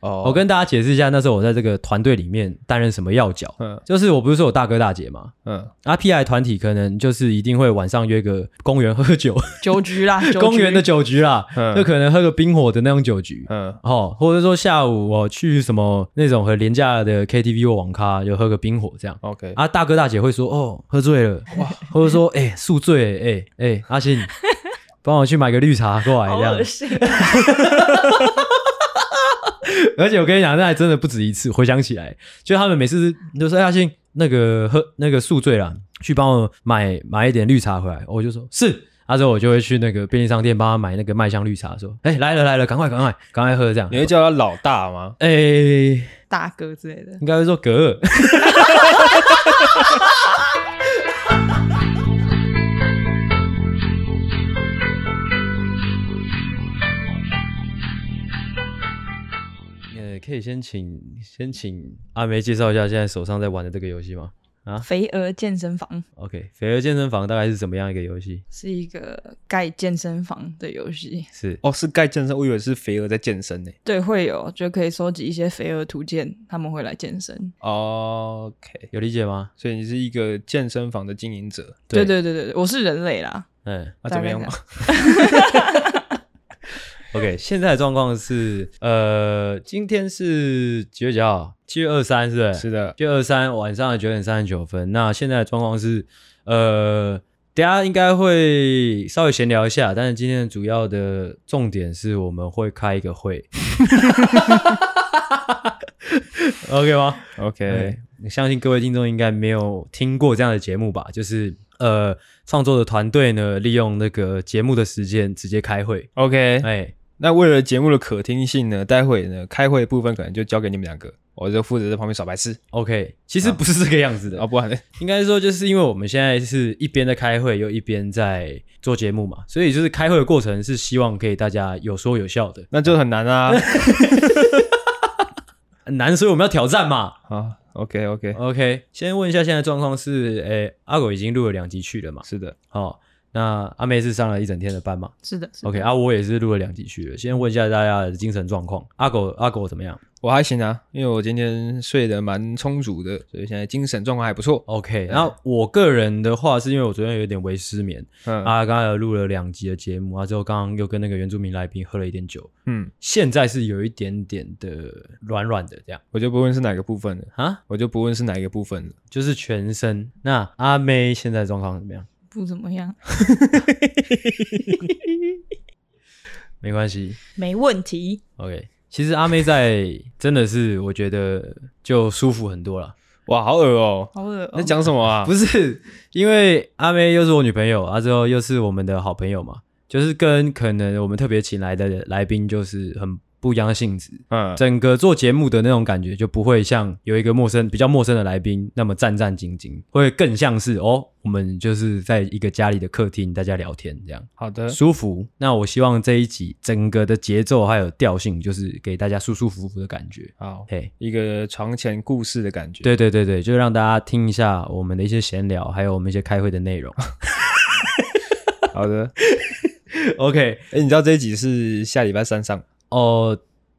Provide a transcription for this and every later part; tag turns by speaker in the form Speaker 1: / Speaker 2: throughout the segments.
Speaker 1: 哦
Speaker 2: 我跟大家解释一下，那时候我在这个团队里面担任什么要角。
Speaker 1: 嗯
Speaker 2: 就是我不是说有大哥大姐嘛
Speaker 1: 嗯，
Speaker 2: ，RPI 团体可能就是一定会晚上约个公园喝酒，
Speaker 3: 酒局啦，酒
Speaker 2: 公园的
Speaker 3: 局
Speaker 2: 酒局啦，
Speaker 1: 嗯
Speaker 2: 就可能喝个冰火的那种酒局。
Speaker 1: 嗯
Speaker 2: 哦，或者说下午我、去什么那种很廉价的 KTV 或网咖，就喝个冰火这样。
Speaker 1: ，OK，
Speaker 2: 啊，大哥大姐会说哦，喝醉了哇，或者说哎、宿醉，哎、哎、阿信，帮我去买个绿茶过来
Speaker 3: 好
Speaker 2: 这样
Speaker 3: 恶。心，
Speaker 2: 而且我跟你讲，那还真的不止一次。回想起来，就他们每次都说哎阿信那个喝那个宿醉了，去帮我买买一点绿茶回来。我就说是，啊之后我就会去那个便利商店帮他买那个麦香绿茶，说哎、来了来了，赶快赶快赶快喝这样
Speaker 1: 你。会叫他老大吗？
Speaker 2: 哎、
Speaker 3: 大哥之类的。
Speaker 2: 应该会说格尔。 呃，可以先请先请阿梅介绍一下现在手上在玩的这个游戏吗
Speaker 3: 肥鹅健身房
Speaker 2: ？OK，肥儿健身房大概是怎么样一个游戏？
Speaker 3: 是一个盖健身房的游戏，
Speaker 2: 是
Speaker 1: 哦，是盖健身，我以为是肥鹅在健身呢。
Speaker 3: 对，会有就可以收集一些肥鹅图鉴，他们会来健身。
Speaker 1: OK，
Speaker 2: 有理解吗？
Speaker 1: 所以你是一个健身房的经营者，
Speaker 3: 对，对对对对，我是人类啦，
Speaker 2: 嗯
Speaker 1: 那啊怎么样嘛？
Speaker 2: ，OK，现在的状况是，呃，今天是几月几号？七月二三，是不是？
Speaker 1: 是的，
Speaker 2: 就二三晚上的九点三十九分。那现在的状况是，呃，等一下应该会稍微闲聊一下，但是今天的主要的重点是我们会开一 个会 ，OK 吗？
Speaker 1: OK，
Speaker 2: 嗯相信各位听众应该没有听过这样的节目吧？就是呃，创作的团队呢，利用那个节目的时间直接开会，
Speaker 1: OK，
Speaker 2: 哎，
Speaker 1: 那为了节目的可听性呢，待会呢开会的部分可能就交给你们两个，我就负责在旁边耍白痴
Speaker 2: OK，其实不是这个样子的
Speaker 1: 啊，不 然呢
Speaker 2: 应该说，就是因为我们现在是一边在开会，又一边在做节目嘛，所以就是开会的过程是希望可以大家有说有笑的。
Speaker 1: 那就很难 啊
Speaker 2: 很难，所以我们要挑战嘛。
Speaker 1: 啊。OK OK，
Speaker 2: OK，先问一下现在状况是，诶、阿狗已经录了两集去了嘛？
Speaker 1: 是的，
Speaker 2: 好、那阿妹是上了一整天的班嘛
Speaker 3: 是的是的
Speaker 2: ？OK，啊，我也是录了两集去了。先问一下大家的精神状况，阿狗阿狗怎么样
Speaker 1: 我还行啊，因为我今天睡得蛮充足的，所以现在精神状况还不错。
Speaker 2: ？OK，然后我个人的话，是因为我昨天有点微失眠，
Speaker 1: 嗯
Speaker 2: 啊，刚才有录了两集的节目，啊，之后刚刚又跟那个原住民来宾喝了一点酒，
Speaker 1: 嗯，
Speaker 2: 现在是有一点点的软软的这样
Speaker 1: 我就不问是哪个部分了，
Speaker 2: 啊，
Speaker 1: 我就不问是哪一个部分了。
Speaker 2: 就是全身。那阿妹现在状况怎么样？
Speaker 3: 不怎么样，
Speaker 2: 没关系
Speaker 3: 没问题。
Speaker 2: ，OK。其实阿妹在 真的是我觉得就舒服很多了，
Speaker 1: 哇，好恶哦、
Speaker 3: 好恶、
Speaker 1: 在讲什么啊？
Speaker 2: 不是因为阿妹又是我女朋友，啊之后又是我们的好朋友嘛，就是跟可能我们特别请来的来宾就是很不一样的性质，
Speaker 1: 嗯，
Speaker 2: 整个做节目的那种感觉就不会像有一个陌生、比较陌生的来宾那么战战兢兢，会更像是哦，我们就是在一个家里的客厅，大家聊天这样
Speaker 1: 好的，
Speaker 2: 舒服。那我希望这一集整个的节奏还有调性，就是给大家舒舒服服的感觉。
Speaker 1: 好，
Speaker 2: 嘿，
Speaker 1: 一个床前故事的感觉。，
Speaker 2: 对对对对，就让大家听一下我们的一些闲聊，还有我们一些开会的内容。
Speaker 1: 好的。
Speaker 2: OK，
Speaker 1: 哎、你知道这一集是下礼拜三上？
Speaker 2: 哦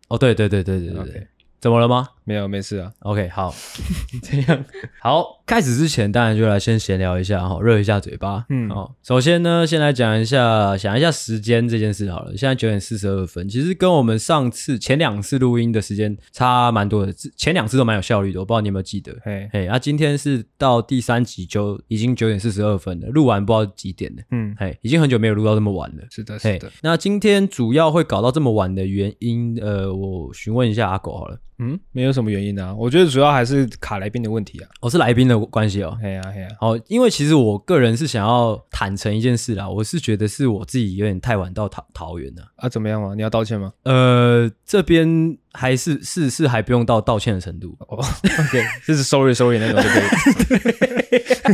Speaker 2: 哦，对对对对对对对
Speaker 1: OK
Speaker 2: 怎么了吗？
Speaker 1: 没有，没事啊。
Speaker 2: OK，好， 这样好。开始之前，当然就来先闲聊一下哈，热一下嘴巴。
Speaker 1: 嗯
Speaker 2: 哦，首先呢，先来讲一下，想一下时间这件事好了。现在九点四十二分，其实跟我们上次前两次录音的时间差蛮多的，前两次都蛮有效率的，我不知道你有没有记得。
Speaker 1: 嘿，
Speaker 2: 嘿，啊，今天是到第三集就已经九点四十二分了，录完不知道几点了。
Speaker 1: 嗯，
Speaker 2: 嘿，已经很久没有录到这么晚了。
Speaker 1: 是的，是
Speaker 2: 嘿
Speaker 1: 的。，
Speaker 2: 那今天主要会搞到这么晚的原因，呃，我询问一下阿狗好了。
Speaker 1: 嗯，没有什么原因啊。我觉得主要还是卡来宾的问题啊。
Speaker 2: 哦我、是来宾的关系哦。
Speaker 1: 嘿呀、啊，嘿呀、啊。
Speaker 2: 好，因为其实我个人是想要坦诚一件事啦，我是觉得是我自己有点太晚到桃桃园了。
Speaker 1: 啊，怎么样嘛？你要道歉 吗
Speaker 2: 呃，这边还是是是还不用到道歉的程度，
Speaker 1: ？OK，就是 sorry sorry 那种就可以。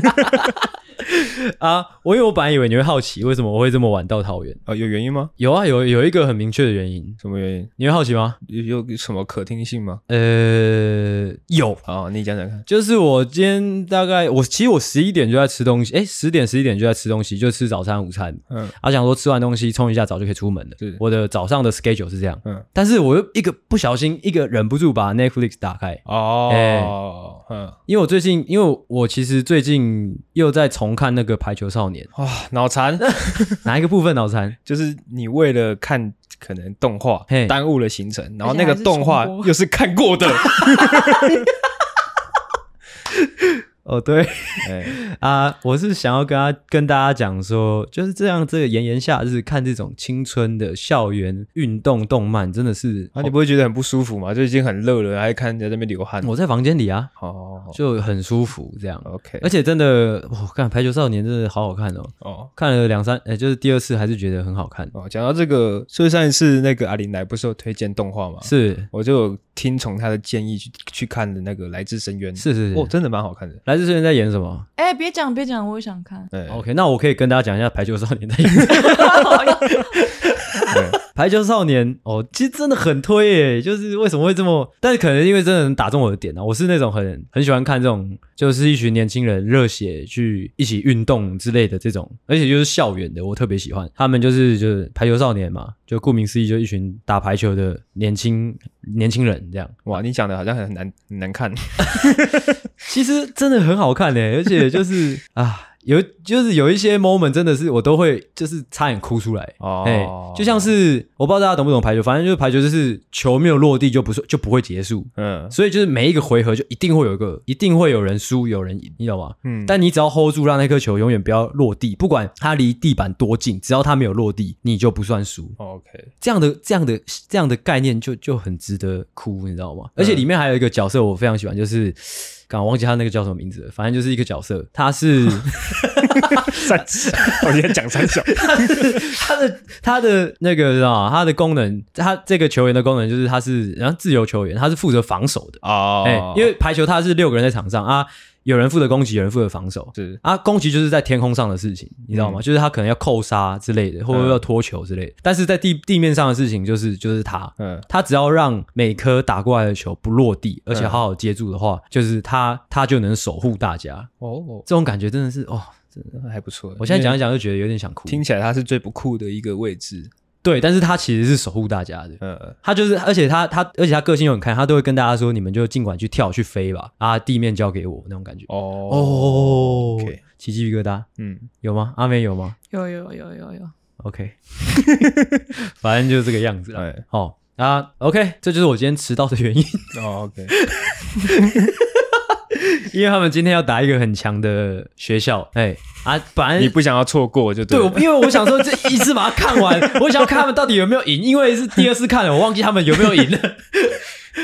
Speaker 2: 啊，我因为我本来以为你会好奇为什么我会这么晚到桃园。
Speaker 1: 啊，有原因吗？
Speaker 2: 有啊，有有一个很明确的原因，
Speaker 1: 什么原因？
Speaker 2: 你会好奇吗？
Speaker 1: 有有什么可听性吗？
Speaker 2: 呃，有，
Speaker 1: 啊，你讲讲看。
Speaker 2: 就是我今天大概我其实我十一点就在吃东西，哎，十点十一点就在吃东西，就吃早餐、午餐。
Speaker 1: 嗯，
Speaker 2: 啊，想说吃完东西冲一下澡就可以出门了
Speaker 1: 是。
Speaker 2: 我的早上的 schedule 是这样，
Speaker 1: 嗯
Speaker 2: 但是我又一个不小心，一个忍不住把 Netflix 打开，
Speaker 1: 哦，嗯，
Speaker 2: 因为我最近，因为我其实最近又在重看那个《排球少年
Speaker 1: 哇，啊脑 残，》，
Speaker 2: 哪一个部分脑 残？
Speaker 1: 就是你为了看可能动画
Speaker 2: 嘿
Speaker 1: 耽误了行程，然后
Speaker 3: 而且
Speaker 1: 那个
Speaker 3: 还是
Speaker 1: 动画
Speaker 3: 重播
Speaker 1: 又是看过 的，
Speaker 2: 哦，对
Speaker 1: 哎，
Speaker 2: 啊，我是想要跟他跟大家讲说，就是这样，这个炎炎夏日看这种青春的校园运动动漫，真的是、
Speaker 1: 啊，你不会觉得很不舒服吗？就已经很热了，还看人家在那边流汗。
Speaker 2: 我在房间里啊，
Speaker 1: 哦
Speaker 2: 就很舒服这样。
Speaker 1: ，OK，
Speaker 2: 而且真的，我、看《排球少年》真的好好看哦，
Speaker 1: 哦
Speaker 2: 看了两三，呃、就是第二次还是觉得很好看。
Speaker 1: 哦，讲到这个，所以上一次那个阿林来不是有推荐动画吗？
Speaker 2: 是
Speaker 1: 我就有听从他的建议去去看的那个《来自深渊》，
Speaker 2: 是是是，
Speaker 1: 哦，真的蛮好看的。。
Speaker 2: 来自深渊在演什么、
Speaker 3: 哎，别讲别讲，我也想看
Speaker 1: 哎
Speaker 2: o k 那我可以跟大家讲一下《排球少年》在演什么。
Speaker 1: 哎
Speaker 2: 排球少年哦，其实真的很推耶，就是为什么会这么？但是可能因为真的能打中我的点啊，我是那种很很喜欢看这种，就是一群年轻人热血去一起运动之类的这种，而且就是校园的，我特别喜欢。他们就是就是排球少年嘛，就顾名思义，就一群打排球的年轻 年轻人这样。
Speaker 1: 哇，你讲的好像很难很难看，
Speaker 2: 其实真的很好看呢，而且就是啊，有就是有一些 moment 真的是我都会就是差点哭出来
Speaker 1: 哦
Speaker 2: 哎，就像是我不知道大家懂不懂排球，反正就是排球就是球没有落地就不是就不会结束，
Speaker 1: 嗯
Speaker 2: 所以就是每一个回合就一定会有一个一定会有人输有人赢，你懂吗？
Speaker 1: 嗯，
Speaker 2: 但你只要 hold 住，让那颗球永远不要落地，不管它离地板多近，只要它没有落地，你就不算输。
Speaker 1: 哦 OK，
Speaker 2: 这样的这样的这样的概念就就很值得哭，你知道吗？
Speaker 1: 嗯
Speaker 2: 而且里面还有一个角色我非常喜欢，就是刚忘记他那个叫什么名字了，反正就是一个角色，他是
Speaker 1: 三小， 我今天讲三小，
Speaker 2: 他的他的那个知道吗？他的功能，他这个球员的功能就是他是然后自由球员，他是负责防守的，
Speaker 1: 哦，
Speaker 2: 哎、因为排球他是六个人在场上啊，有人负责攻击，有人负责防守。
Speaker 1: 是嗯
Speaker 2: 啊，攻击就是在天空上的事情，你知道吗？就是他可能要扣杀之类的，或者要脱球之类的。但是在地地面上的事情，就是就是他，
Speaker 1: 嗯
Speaker 2: 他只要让每颗打过来的球不落地，而且
Speaker 1: 嗯
Speaker 2: 好好接住的话，就是他他就能守护大家。
Speaker 1: 哦，
Speaker 2: 这种感觉真的是哦，真的，
Speaker 1: 那还不错。
Speaker 2: 我现在
Speaker 1: 因为
Speaker 2: 讲一讲就觉得有点想哭。
Speaker 1: 听起来他是最不酷的一个位置，
Speaker 2: 对，但是他其实是守护大家的。
Speaker 1: 呃，
Speaker 2: 他就是，而且他他，而且他个性又很开，他都会跟大家说，你们就尽管去跳去飞吧，啊，地面交给我那种感觉。
Speaker 1: 哦，
Speaker 2: 哦
Speaker 1: OK，
Speaker 2: 起鸡皮疙瘩
Speaker 1: 嗯，
Speaker 2: 有吗？阿美有吗
Speaker 3: 有有有有有，
Speaker 2: ？OK，反正就是这个样子啦。
Speaker 1: 哎，
Speaker 2: 好啊，OK，这就是我今天迟到的原因。
Speaker 1: 哦，OK，
Speaker 2: 因为他们今天要打一个很强的学校，哎、啊，反
Speaker 1: 你
Speaker 2: 正
Speaker 1: 不想要错过就
Speaker 2: 对，我
Speaker 1: 了
Speaker 2: 因为我想说这一次把它看完，我想要看他们到底有没有赢，因为是第二次看了，我忘记他们有没 有赢了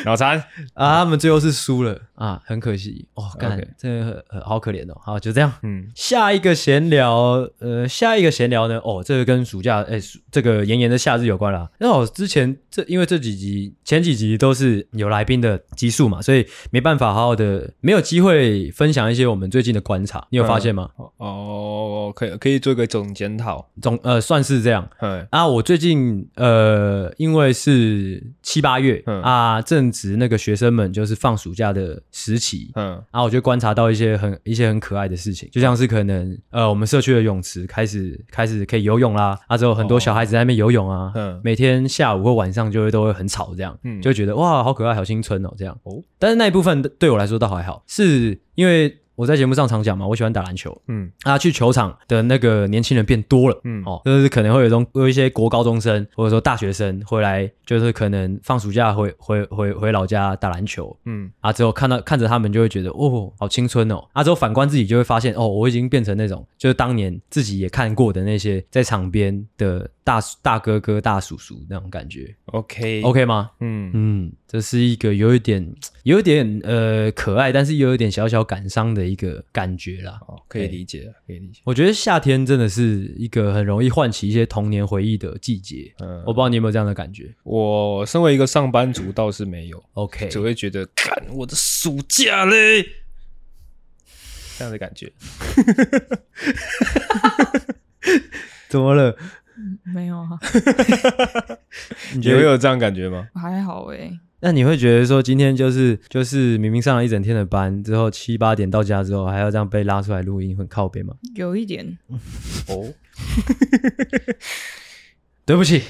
Speaker 1: 脑残，
Speaker 2: 啊，他们最后是输了啊，很可惜哦，干
Speaker 1: OK
Speaker 2: 真的很好可怜哦，好就这样。
Speaker 1: 嗯，
Speaker 2: 下一个闲聊，呃，下一个闲聊呢？哦，这个跟暑假，哎、暑这个炎炎的夏日有关啦。那我之前这因为这几集前几集都是有来宾的集数嘛，所以没办法好好的，没有机会分享一些我们最近的观察。你有发现吗？
Speaker 1: 哦，可以可以做一个总检讨，
Speaker 2: 总呃算是这样。
Speaker 1: 嗯
Speaker 2: 啊，我最近呃，因为是七八月、
Speaker 1: 嗯
Speaker 2: 啊，正值那个学生们就是放暑假的时期，
Speaker 1: 嗯
Speaker 2: 啊，我就观察到一些很一些很可爱的事情，就像是可能呃，我们社区的泳池开始开始可以游泳啦，啊，之后很多小孩子在那边游泳啊，
Speaker 1: 哦嗯
Speaker 2: 每天下午或晚上就会都会很吵，这样，
Speaker 1: 嗯
Speaker 2: 就会觉得哇，好可爱，好青春哦，这样。
Speaker 1: 哦
Speaker 2: 哦，但是那一部分对我来说倒还好，是因为我在节目上常讲嘛，我喜欢打篮球，
Speaker 1: 嗯
Speaker 2: 啊，去球场的那个年轻人变多了，
Speaker 1: 嗯
Speaker 2: 嗯，哦，就是可能会有一种有一些国高中生或者说大学生回来，就是可能放暑假回回回回老家打篮球，
Speaker 1: 嗯，
Speaker 2: 啊，之后看到看着他们就会觉得哦，好青春哦。啊，之后反观自己就会发现哦，我已经变成那种就是当年自己也看过的那些在场边的大叔大哥哥、大叔叔那种感觉。
Speaker 1: ，OK
Speaker 2: OK 吗？
Speaker 1: 嗯，
Speaker 2: 嗯，这是一个有一点有一点呃可爱，但是又有一点小小感伤的一个感觉啦。
Speaker 1: 好，可以理解，可以理解，
Speaker 2: 我觉得夏天真的是一个很容易唤起一些童年回忆的季节。
Speaker 1: 嗯，
Speaker 2: 我不知道你有没有这样的感觉
Speaker 1: 我身为一个上班族倒是没有，
Speaker 2: ？OK，
Speaker 1: 只会觉得，看我的暑假嘞。这样的感觉。
Speaker 2: 怎么了？
Speaker 3: 没有啊，
Speaker 2: 你
Speaker 1: 你
Speaker 2: 觉
Speaker 1: 会
Speaker 2: 得？
Speaker 1: 有这样感觉吗？
Speaker 3: 还好欸诶。
Speaker 2: 那你会觉得说，今天就是就是明明上了一整天的班之后，七八点到家之后，还要这样被拉出来录音，很靠北吗？
Speaker 3: 有一点
Speaker 1: 哦，
Speaker 2: 对不起，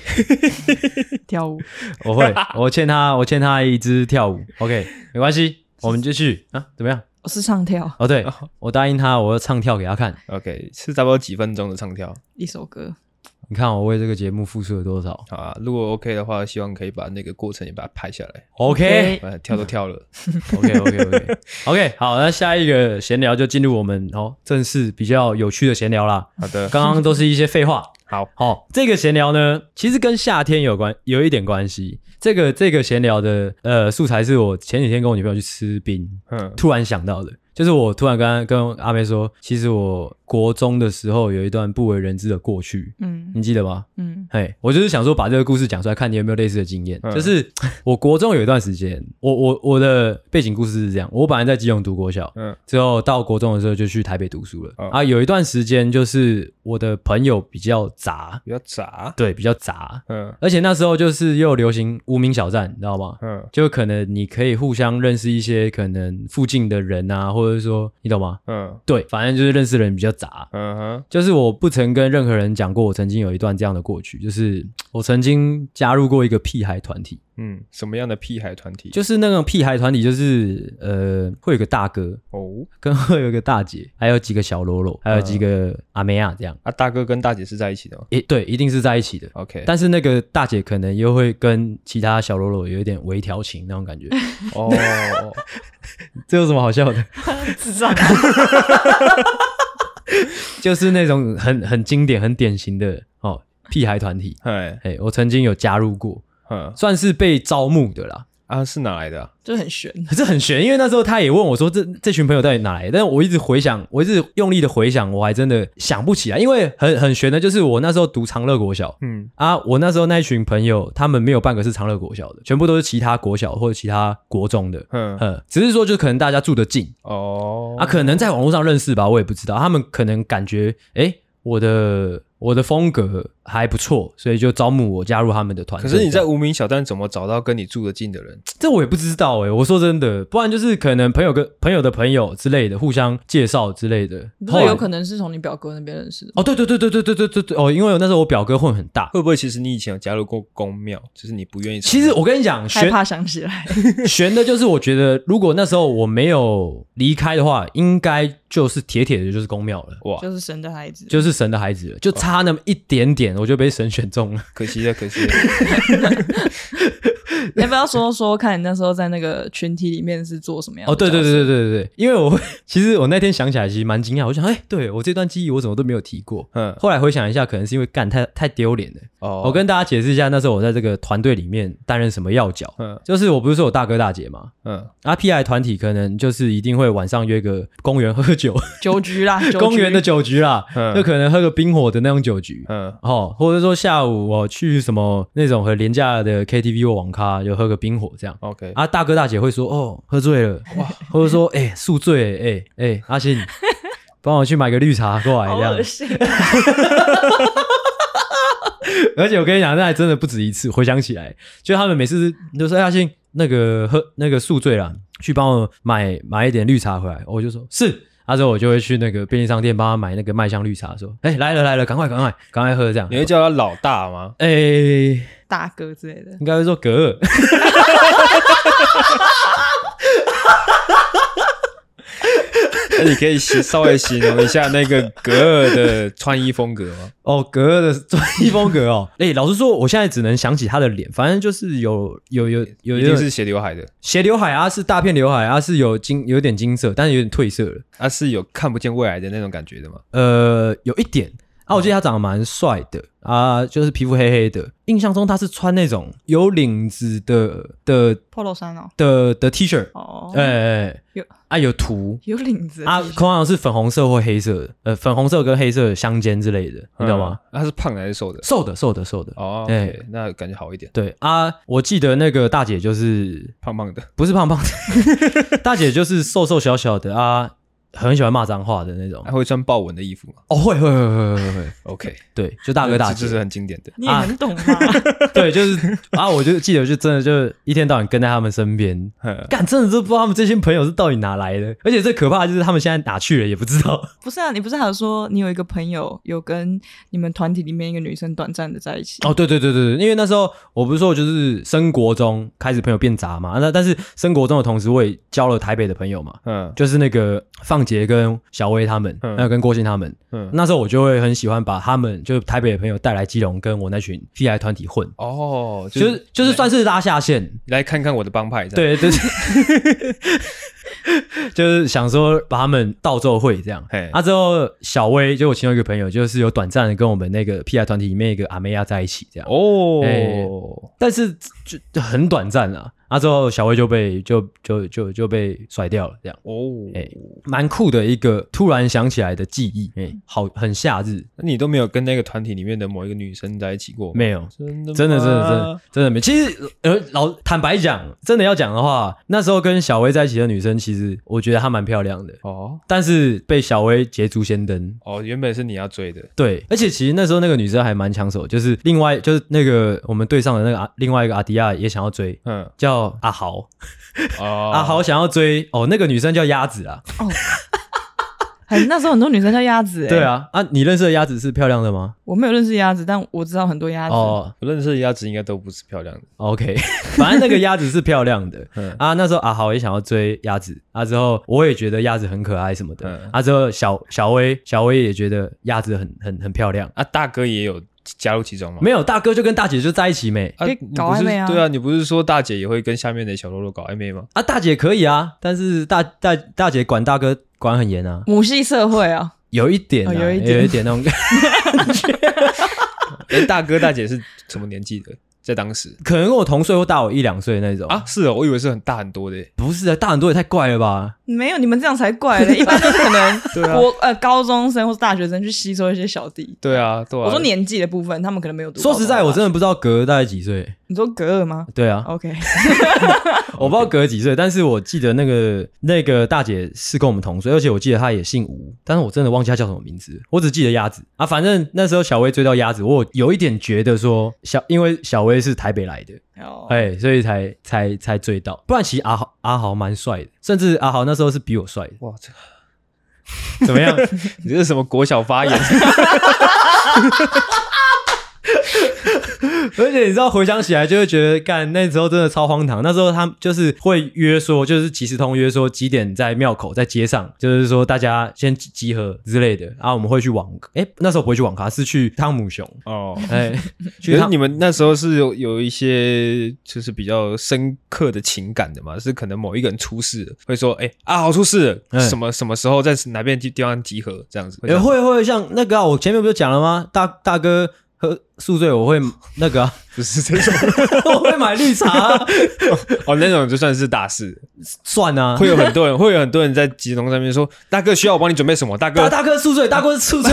Speaker 3: 跳舞，
Speaker 2: 我会，我欠他，我欠他一支跳舞。OK，没关 系，我们就去啊，怎么样？
Speaker 3: 我是唱跳
Speaker 2: 哦，对，我答应他，我要唱跳给他看。
Speaker 1: OK，是差不多几分钟的唱跳
Speaker 3: 一首歌，
Speaker 2: 你看我为这个节目付出了多少
Speaker 1: 好啊。如果 OK 的话，希望可以把那个过程也把它拍下来。
Speaker 2: ？OK，OK，OK，OK，、
Speaker 1: 呃，跳都跳 了，
Speaker 2: 好，那下一个闲聊就进入我们哦正式比较有趣的闲聊啦。
Speaker 1: 好的，
Speaker 2: 刚刚都是一些废话。
Speaker 1: 好，
Speaker 2: 好、这个闲聊呢，其实跟夏天有关，有一点关系。这个这个闲聊的呃素材是我前几天跟我女朋友去吃冰，
Speaker 1: 嗯，
Speaker 2: 突然想到的，就是我突然跟她跟阿妹说，其实我国中的时候有一段不为人知的过去，
Speaker 3: 嗯
Speaker 2: 你记得吗？
Speaker 3: 嗯
Speaker 2: 嘿，我就是想说把这个故事讲出来，看你有没有类似的经验。
Speaker 1: 嗯
Speaker 2: 就是我国中有一段时间，我我我的背景故事是这样：我本来在基隆读国小，
Speaker 1: 嗯
Speaker 2: 嗯，之后到国中的时候就去台北读书了。
Speaker 1: 嗯
Speaker 2: 啊，有一段时间就是我的朋友比较杂，
Speaker 1: 比较杂，
Speaker 2: 对，比较杂，
Speaker 1: 嗯
Speaker 2: 而且那时候就是又流行无名小站，你知道吗？
Speaker 1: 嗯
Speaker 2: 就可能你可以互相认识一些可能附近的人啊，或者说你懂吗？
Speaker 1: 嗯
Speaker 2: 对，反正就是认识的人比较杂。
Speaker 1: 嗯哼，
Speaker 2: 就是我不曾跟任何人讲过，我曾经有一段这样的过去，就是我曾经加入过一个屁孩团体，
Speaker 1: 嗯，什么样的屁孩团体？
Speaker 2: 就是那种屁孩团体，就是呃，会有个大哥，
Speaker 1: 哦，
Speaker 2: 跟 会有个大姐，还有几个小喽啰，还有几个阿妹啊，这样，
Speaker 1: 啊，大哥跟大姐是在一起的吗
Speaker 2: 诶、对，一定是在一起的。
Speaker 1: ，OK，
Speaker 2: 但是那个大姐可能又会跟其他小喽啰有一点微调情那种感觉，
Speaker 1: 哦，
Speaker 2: 这有什么好笑的？
Speaker 3: 智障，
Speaker 2: 就是那种很很经典、很典型的哦屁孩团体。
Speaker 1: 哎，
Speaker 2: 哎，我曾经有加入过，
Speaker 1: 嗯
Speaker 2: 算是被招募的啦。
Speaker 1: 啊，是哪来的啊？
Speaker 3: 就很 悬，
Speaker 2: 可是很悬，因为那时候他也问我说这这群朋友到底哪来的？但我一直回想，我一直用力的回想，我还真的想不起来，因为很很悬的，就是我那时候读长乐国小。
Speaker 1: 嗯
Speaker 2: 啊，我那时候那一群朋友，他们没有半个是长乐国小的，全部都是其他国小或者其他国中的，
Speaker 1: 嗯，
Speaker 2: 呃，只是说就可能大家住得近，
Speaker 1: 哦，
Speaker 2: 啊，可能在网络上认识吧，我也不知道。他们可能感觉，诶，我的我的风格还不错，所以就招募我加入他们的团
Speaker 1: 可
Speaker 2: 队。
Speaker 1: 是你在无名小站怎么找到跟你住得近的人？
Speaker 2: 这我也不知道诶，我说真的，不然就是可能朋友跟朋友的朋友之类的，互相介绍之类的。
Speaker 3: 不
Speaker 2: 后
Speaker 3: 是
Speaker 2: 来
Speaker 3: 有可能是从你表哥那边认识的吗，
Speaker 2: 哦，对对对对对对对对对哦，因为我那时候我表哥混很大。
Speaker 1: 会不会其实你以前有加入过公庙，只是你不愿意承
Speaker 2: 其
Speaker 1: 认？
Speaker 2: 实我跟你讲，
Speaker 3: 害
Speaker 2: 悬
Speaker 3: 怕想起来，
Speaker 2: 悬的就是我觉得，如果那时候我没有离开的话，应该就是铁铁的就是公庙了，
Speaker 1: 哇，
Speaker 3: 就是神的孩子，
Speaker 2: 就是神的孩子了，就差那么一点点，我就被神选中了。
Speaker 1: 可惜了，可惜了。
Speaker 3: 要不要说说看你那时候在那个群体里面是做什么样的
Speaker 2: 哦，对对
Speaker 3: 角色，
Speaker 2: 对对对对对，因为我会， 其实我那天想起来，其实蛮惊讶，我想，哎，对我这段记忆我怎么都没有提过。
Speaker 1: 嗯，
Speaker 2: 后来回想一下，可能是因为干太太丢脸了。
Speaker 1: 哦，
Speaker 2: 我跟大家解释一下，那时候我在这个团队里面担任什么要角，
Speaker 1: 嗯
Speaker 2: 就是我不是说有大哥大姐嘛。
Speaker 1: 嗯，
Speaker 2: 啊 p i 团体可能就是一定会晚上约个公园喝酒，
Speaker 3: 酒局啦，酒局
Speaker 2: 公园的酒局啦，
Speaker 1: 嗯
Speaker 2: 就可能喝个冰火的那种酒局，
Speaker 1: 嗯
Speaker 2: 哦，或者说下午我去什么那种很廉价的 KTV 或网咖，就喝个冰火这样。
Speaker 1: ，OK，
Speaker 2: 啊，大哥大姐会说哦，喝醉了哇，或者说哎、宿醉，哎、哎、阿信，帮我去买个绿茶过来
Speaker 3: 好
Speaker 2: 这啊样
Speaker 3: 恶。心，
Speaker 2: 而且我跟你讲，那还真的不止一次。回想起来，就他们每次都说哎阿信那个喝那个宿醉了，去帮我买买一点绿茶回来，我就说是。啊，之后我就会去那个便利商店帮他买那个麦香绿茶，说：“哎、来了来了，赶快赶快赶快喝！”这样，
Speaker 1: 你会叫他老大吗？
Speaker 2: 哎、
Speaker 3: 大哥之类的，
Speaker 2: 应该会说格尔，
Speaker 1: 那你可以形稍微形容一下那个格尔的穿衣风格吗？
Speaker 2: 哦，格尔的专一风格哦。哎、老实说，我现在只能想起他的脸，反正就是有有有有
Speaker 1: 一定是斜刘海的，
Speaker 2: 斜刘海啊，是大片刘海啊，是有金有点金色，但是有点褪色了，
Speaker 1: 他是有看不见未来的那种感觉的吗？
Speaker 2: 呃，有一点。啊，我记得他长得蛮帅的啊，就是皮肤黑黑的。印象中他是穿那种有领子的的
Speaker 3: polo 衫哦，
Speaker 2: 的的 T 恤，
Speaker 3: 哦，
Speaker 2: 哎、哎哎
Speaker 3: 有
Speaker 2: 啊有图
Speaker 3: 有领子
Speaker 2: 啊，通常是粉红色或黑色的，呃，粉红色跟黑色相间之类的，你知道吗？
Speaker 1: 嗯？他是胖的还是 瘦的？
Speaker 2: 瘦的，瘦的，瘦的。
Speaker 1: 哦，
Speaker 2: 哎
Speaker 1: 对，那感觉好一点，
Speaker 2: 对啊，我记得那个大姐就是
Speaker 1: 胖胖的。
Speaker 2: 不是胖胖的，大姐就是瘦瘦小小的啊，很喜欢骂脏话的那种
Speaker 1: 还。会穿豹纹的衣服吗
Speaker 2: 哦，会会会会会会会，
Speaker 1: ？OK，
Speaker 2: 对，就大哥大
Speaker 1: 这这
Speaker 2: 姐，
Speaker 1: 是很经典的。
Speaker 3: 你也很懂吗？
Speaker 2: 啊 对，就是啊，我就记得就真的就一天到晚跟在他们身边，
Speaker 1: 哼
Speaker 2: 干真的都不知道他们这些朋友是到底哪来的，而且最可怕的就是他们现在哪去了也不知道。
Speaker 3: 不是啊，你不是还有说你有一个朋友有跟你们团体里面一个女生短暂的在一起？
Speaker 2: 哦，对对对对对，因为那时候我不是说我就是升国中开始朋友变杂嘛，那但是升国中的同时，我也交了台北的朋友嘛，
Speaker 1: 嗯
Speaker 2: 就是那个放杰跟小薇他们，
Speaker 1: 嗯
Speaker 2: 还有跟郭鑫他们，
Speaker 1: 嗯，
Speaker 2: 那时候我就会很喜欢把他们就是台北的朋友带来基隆，跟我那群 PI 团体混，
Speaker 1: 哦，
Speaker 2: 就
Speaker 1: 就是
Speaker 2: 是就是算是拉下线，
Speaker 1: 来看看我的帮派，这样，
Speaker 2: 对，就是 就是想说把他们倒奏会这样
Speaker 1: 嘿。
Speaker 2: 啊，之后小薇就我其中一个朋友，就是有短暂的跟我们那个 PI 团体里面一个阿妹亚在一起这样，哎
Speaker 1: 哦，
Speaker 2: 但是就就很短暂啊。啊，之后小薇就被就就就就被甩掉了这样。
Speaker 1: 哦，
Speaker 2: 哎、蛮酷的一个突然想起来的记忆，哎、好很夏日，
Speaker 1: 那你都没有跟那个团体里面的某一个女生在一起过吗？
Speaker 2: 没有，
Speaker 1: 真的
Speaker 2: 真的，
Speaker 1: 吗
Speaker 2: 真的，真的，真的没。其实，呃，老坦白讲，真的要讲的话，那时候跟小薇在一起的女生，其实我觉得她蛮漂亮的，
Speaker 1: 哦
Speaker 2: 但是被小薇捷足先登。
Speaker 1: 哦，原本是你要追的，
Speaker 2: 对，而且其实那时候那个女生还蛮抢手，就是另外就是那个我们队上的那个阿另外一个阿迪亚也想要追，
Speaker 1: 嗯
Speaker 2: 叫阿豪，
Speaker 1: 哦，
Speaker 2: 阿豪想要追哦，那个女生叫鸭子啊，
Speaker 3: 很那时候很多女生叫鸭子、欸，
Speaker 2: 对，啊，啊，你认识的鸭子是漂亮的吗？
Speaker 3: 我没有认识鸭子，但我知道很多鸭子。
Speaker 2: 哦，
Speaker 1: 我认识的鸭子应该都不是漂亮的，
Speaker 2: OK，反 正那个鸭子是漂亮的
Speaker 1: 嗯
Speaker 2: 啊。那时候阿豪也想要追鸭子啊，之后我也觉得鸭子很可爱什么的、
Speaker 1: 嗯
Speaker 2: 啊。之后小小薇小薇也觉得鸭子很很很漂亮。
Speaker 1: 啊，大哥也有加入其中吗？
Speaker 2: 没有大哥就跟大姐就在一起没
Speaker 3: 可
Speaker 1: 啊，你
Speaker 3: 以
Speaker 1: 不
Speaker 3: 搞暧
Speaker 1: 是
Speaker 3: 昧啊
Speaker 1: 对啊，你不是说大姐也会跟下面的小喽啰搞暧昧吗？
Speaker 2: 啊？大姐可以啊，但是大大大姐管大哥管很严啊，
Speaker 3: 母系社会啊，
Speaker 2: 有一点、啊
Speaker 3: 哦有一点
Speaker 2: 有一点那种
Speaker 1: 哎，大哥大姐是什么年纪的？在当时
Speaker 2: 可能跟我同岁或大我一两岁那种
Speaker 1: 啊，，是哦，我以为是很大很多的耶。
Speaker 2: 不是啊，大很多也太怪了吧？
Speaker 3: 没有你们这样才怪 嘞，一般都是可能
Speaker 1: 对啊
Speaker 3: 国呃高中生或是大学生去吸收一些小弟。
Speaker 1: 对啊，对啊。
Speaker 3: 我说年纪的部分，他们可能没有读。
Speaker 2: 说实在，我真
Speaker 3: 的，
Speaker 2: 的不知道隔大概几岁。
Speaker 3: 你说格尔吗
Speaker 2: 对
Speaker 4: 哦
Speaker 2: 啊，
Speaker 3: ？OK，
Speaker 2: 我不知道隔几岁，但是我记得那个那个大姐是跟我们同岁，而且我记得她也姓吴，但是我真的忘记她叫什么名字，我只记得鸭子啊。反正那时候小薇追到鸭子，我有一点觉得说小，因为小薇是台北来的，
Speaker 3: 哦，
Speaker 2: 哎、所以才才才追到。不然其实阿豪阿豪蛮帅的，甚至阿豪那时候是比我帅的。
Speaker 1: 哇，这
Speaker 2: 怎么样？
Speaker 1: 你这是什么国小发言？
Speaker 2: 而且你知道，回想起来就会觉得，干那时候真的超荒唐。那时候他们就是会约说，就是即时通约说几点在庙口、在街上，就是说大家先集集合之类的。然、后我们会去网，哎、那时候不会去网咖，是去汤姆熊，
Speaker 1: 哦，
Speaker 2: 哎、
Speaker 1: 觉
Speaker 2: 去
Speaker 1: 得
Speaker 2: 汤
Speaker 1: 你们那时候是有有一些就是比较深刻的情感的嘛？是可能某一个人出事了，会说：“哎、啊，好出事了，
Speaker 2: 嗯
Speaker 1: 什么什么时候在哪边地地方集合？”这样子。会这
Speaker 2: 也
Speaker 1: 样
Speaker 2: 哎 会会像那个、啊，我前面不就讲了吗？大大哥喝宿醉，我会那个、啊，
Speaker 1: 不是这种
Speaker 2: 我会买绿茶啊、
Speaker 1: 哦，那种就算是大事，
Speaker 2: 算啊。
Speaker 1: 会有很多人，会有很多人在集中上面说：“大哥，需要我帮你准备什么？”大
Speaker 2: 大
Speaker 1: 哥，
Speaker 2: 大哥宿醉，大哥 宿醉，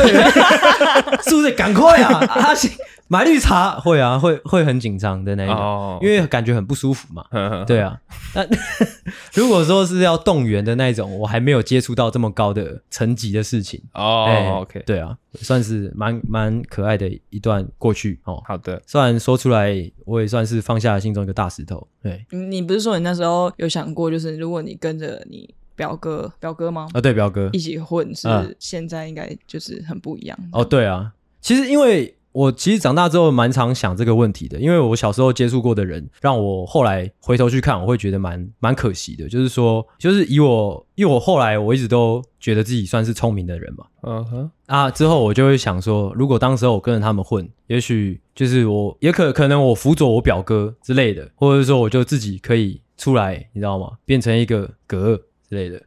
Speaker 2: 宿醉，赶快啊！阿信买绿茶会啊，会会很紧张的那一种。
Speaker 1: 哦，嗯
Speaker 2: 因为感觉很不舒服嘛。
Speaker 1: 呵呵
Speaker 2: 对啊，那 如果说是要动员的那一种，我还没有接触到这么高的层级的事情。
Speaker 1: 哦、
Speaker 2: 哎
Speaker 1: o k
Speaker 2: 对啊，算是蛮蛮可爱的一段过去哦。
Speaker 1: 好的，
Speaker 2: 虽然说出来，我也算是放下了心中一个大石头。对
Speaker 3: 你你不是说你那时候有想过，就是如果你跟着你表哥表哥吗？
Speaker 2: 啊，对表哥
Speaker 3: 一，起混是
Speaker 2: 嗯
Speaker 3: 现在应该就是很不一样
Speaker 2: 哦，对啊，其实因为我其实长大之后蛮常想这个问题的，因为我小时候接触过的人，让我后来回头去看，我会觉得蛮蛮可惜的。就是说，就是以我，因为我后来我一直都觉得自己算是聪明的人嘛，
Speaker 1: 嗯哼，
Speaker 2: 啊，之后我就会想说，如果当时候我跟着他们混，也许就是我也可可能我辅佐我表哥之类的，或者是说我就自己可以出来，你知道吗？变成一个格尔之类的，